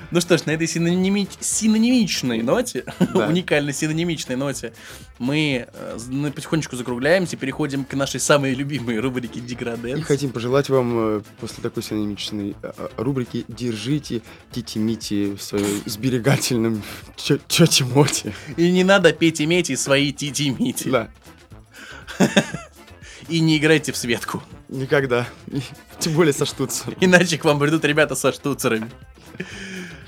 [SPEAKER 2] Ну что ж, на этой синонимич- синонимичной ноте,
[SPEAKER 1] Да.
[SPEAKER 2] уникальной синонимичной ноте, мы э, з- ну, потихонечку закругляемся, переходим к нашей самой любимой рубрике
[SPEAKER 1] И
[SPEAKER 2] «Деграденс».
[SPEAKER 1] хотим пожелать вам э, после такой синонимичной э, э, рубрики «Держите титимити в своем сберегательном чё- чёте-моте».
[SPEAKER 2] И не надо петь и меть и свои тити-мити.
[SPEAKER 1] Да,
[SPEAKER 2] И не играйте в Светку.
[SPEAKER 1] никогда. И Тем более со штуцером.
[SPEAKER 2] Иначе к вам придут ребята со штуцерами.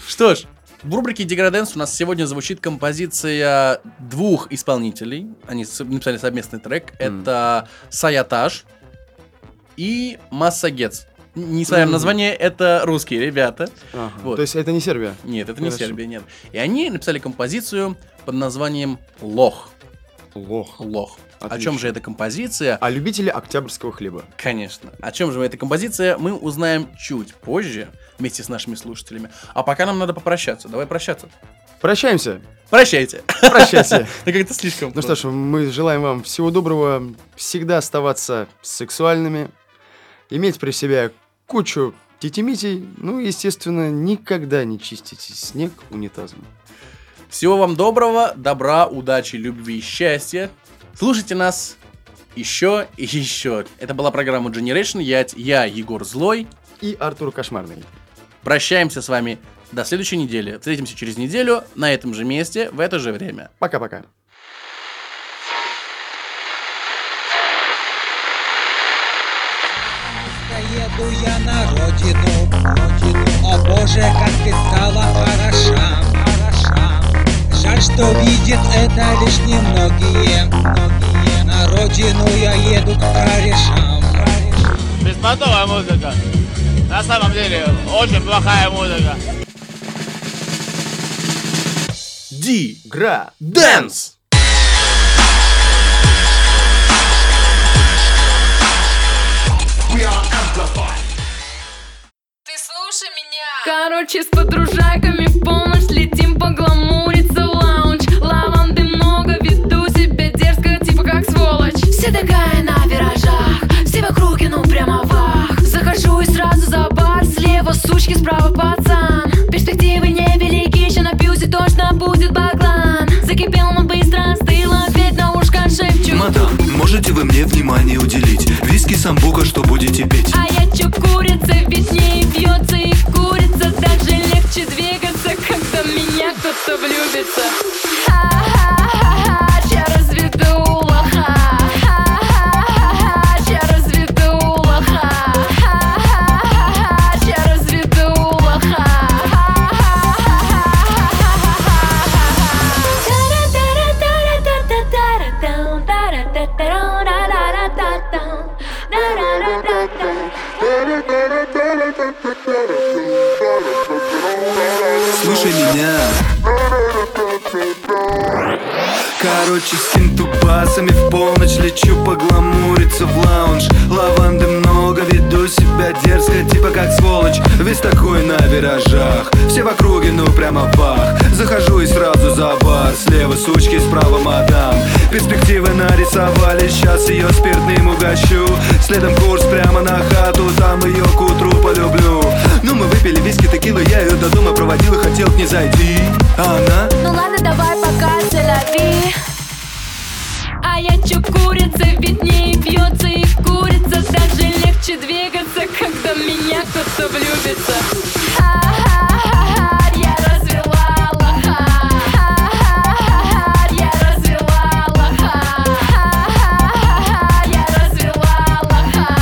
[SPEAKER 2] Что ж, в рубрике «Деграденс» у нас сегодня звучит композиция двух исполнителей. Они с- написали совместный трек.
[SPEAKER 1] Мгм.
[SPEAKER 2] Это Саятаж и Массагец. Несмотря на
[SPEAKER 1] Мгм.
[SPEAKER 2] название, это русские ребята.
[SPEAKER 1] Ага.
[SPEAKER 2] Вот.
[SPEAKER 1] То есть это не Сербия?
[SPEAKER 2] Нет, это не
[SPEAKER 1] Хорошо.
[SPEAKER 2] Сербия, нет. И они написали композицию под названием «Лох».
[SPEAKER 1] Лох.
[SPEAKER 2] Лох. О
[SPEAKER 1] Отлично.
[SPEAKER 2] чем же эта композиция?
[SPEAKER 1] А любители октябрьского хлеба?
[SPEAKER 2] Конечно. О чем же эта композиция, мы узнаем чуть позже вместе с нашими слушателями. А пока нам надо попрощаться. Давай прощаться.
[SPEAKER 1] Прощаемся.
[SPEAKER 2] Прощайте.
[SPEAKER 1] Прощайте.
[SPEAKER 2] Ну как-то слишком.
[SPEAKER 1] Ну что ж, мы желаем вам всего доброго, всегда оставаться сексуальными, иметь при себе кучу титимитей, ну и, естественно, никогда не чистите снег унитазом.
[SPEAKER 2] просто. Всего вам доброго, добра, удачи, любви, счастья. Слушайте нас еще и еще. Это была программа Generation. Я, я Егор Злой.
[SPEAKER 1] И Артур Кошмарный.
[SPEAKER 2] Прощаемся с вами до следующей недели. Встретимся через неделю на этом же месте в это же время.
[SPEAKER 1] Пока-пока.
[SPEAKER 7] Еду я на родину, родину. О боже, как ты стала хороша, хороша. Жаль, что видит это лишь немногие, многие. На родину я еду к корешам, корешам.
[SPEAKER 8] Беспонтовая музыка. На самом деле, очень плохая музыка.
[SPEAKER 2] Ди.
[SPEAKER 1] Гра!
[SPEAKER 2] Дэнс!
[SPEAKER 9] Ты слушай меня! Короче, с подружаками в помощь летим погламуриться в лаунж. Лаванды много, веду себя дерзко, типа как сволочь. Все такая на виражах, все вокруг, и ну прямо вах. Заходи
[SPEAKER 10] самбука, что будете петь?
[SPEAKER 9] А я чё, курица, виднее бьется и курица Даже легче двигаться, когда в меня кто-то влюбится Ха-ха-ха-ха, ща разведу лоха Ха-ха-ха-ха, ща разведу лоха Ха-ха-ха-ха, ща разведу лоха
[SPEAKER 10] Слушай меня Короче, с интубасами в полночь лечу погламуриться в лаунж Лаванды много, веду себя дерзко, типа как сволочь Весь такой на виражах, все в округе, ну прямо бах Захожу и сразу за бар, слева сучки, справа мадам Перспективы нарисовали, сейчас ее спиртным угощу Следом курс прямо на хату, там ее к утру полюблю Ну мы выпили виски, текилу, я ее до дома проводил и хотел к ней зайти А она
[SPEAKER 9] Ну ладно, давай пока целяви А я чё, курица, виднее бьется и курица Даже легче двигаться, когда в меня кто-то влюбится Ха-ха-ха-ха, я развела лоха Ха-ха-ха-ха, я развела лоха Ха-ха-ха-ха, я развела лоха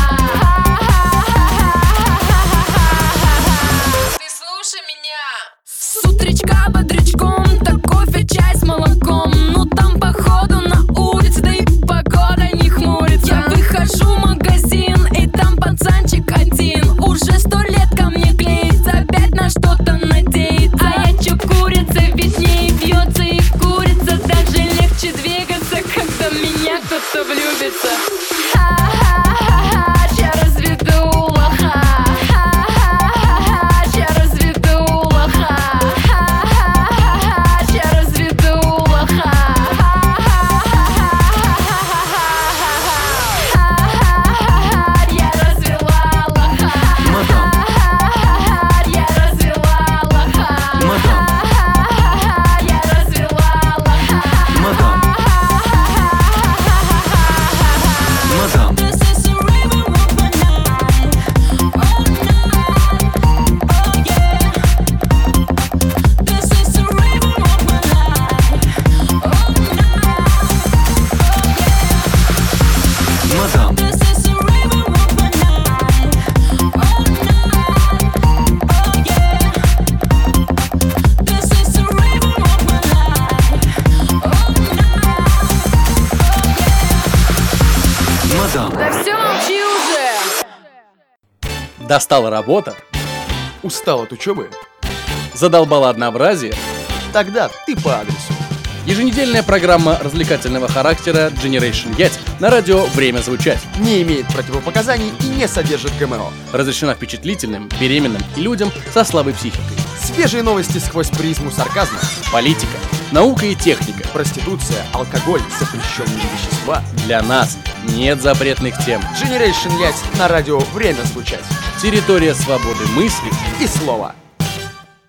[SPEAKER 9] Ты слушай меня! С утречка бодрячком, так кофе, чай с молоком Ну там походу на улице, да и погода не хмурится Я выхожу в магазин, и там пацанчик один Уже сто лет ко мне клеится, опять на что-то надеется А я чё, курица, виднее бьется и курица Даже легче двигаться, когда в меня кто-то влюбится Ха-ха-ха-ха, ща разведу лоха Ха-ха-ха-ха, ща разведу лоха Ха-ха-ха-ха, ща разведу лоха Ха-ха-ха-ха, я развела лоха
[SPEAKER 10] Мадам,
[SPEAKER 9] Ха-ха-ха, я развела лоха
[SPEAKER 10] мадам,
[SPEAKER 9] Ха-ха-ха-ха, я развела лоха
[SPEAKER 10] мадам Мадам, мадам, мадам
[SPEAKER 9] Да все, молчи уже!
[SPEAKER 2] Достала работа,
[SPEAKER 6] Устал от учебы?
[SPEAKER 2] задолбала однообразие,
[SPEAKER 6] Тогда ты по адресу.
[SPEAKER 2] еженедельная программа развлекательного характера Generation Yet на радио «Время звучать».
[SPEAKER 6] Не имеет противопоказаний и не содержит ГМО.
[SPEAKER 2] Разрешена впечатлительным, беременным и людям со слабой психикой.
[SPEAKER 6] Свежие новости сквозь призму сарказма.
[SPEAKER 2] Политика, наука и техника.
[SPEAKER 6] Проституция, алкоголь, запрещенные вещества.
[SPEAKER 2] Для нас нет запретных тем.
[SPEAKER 6] Generation Ясь на радио «Время звучать».
[SPEAKER 2] Территория свободы мысли
[SPEAKER 6] И слово.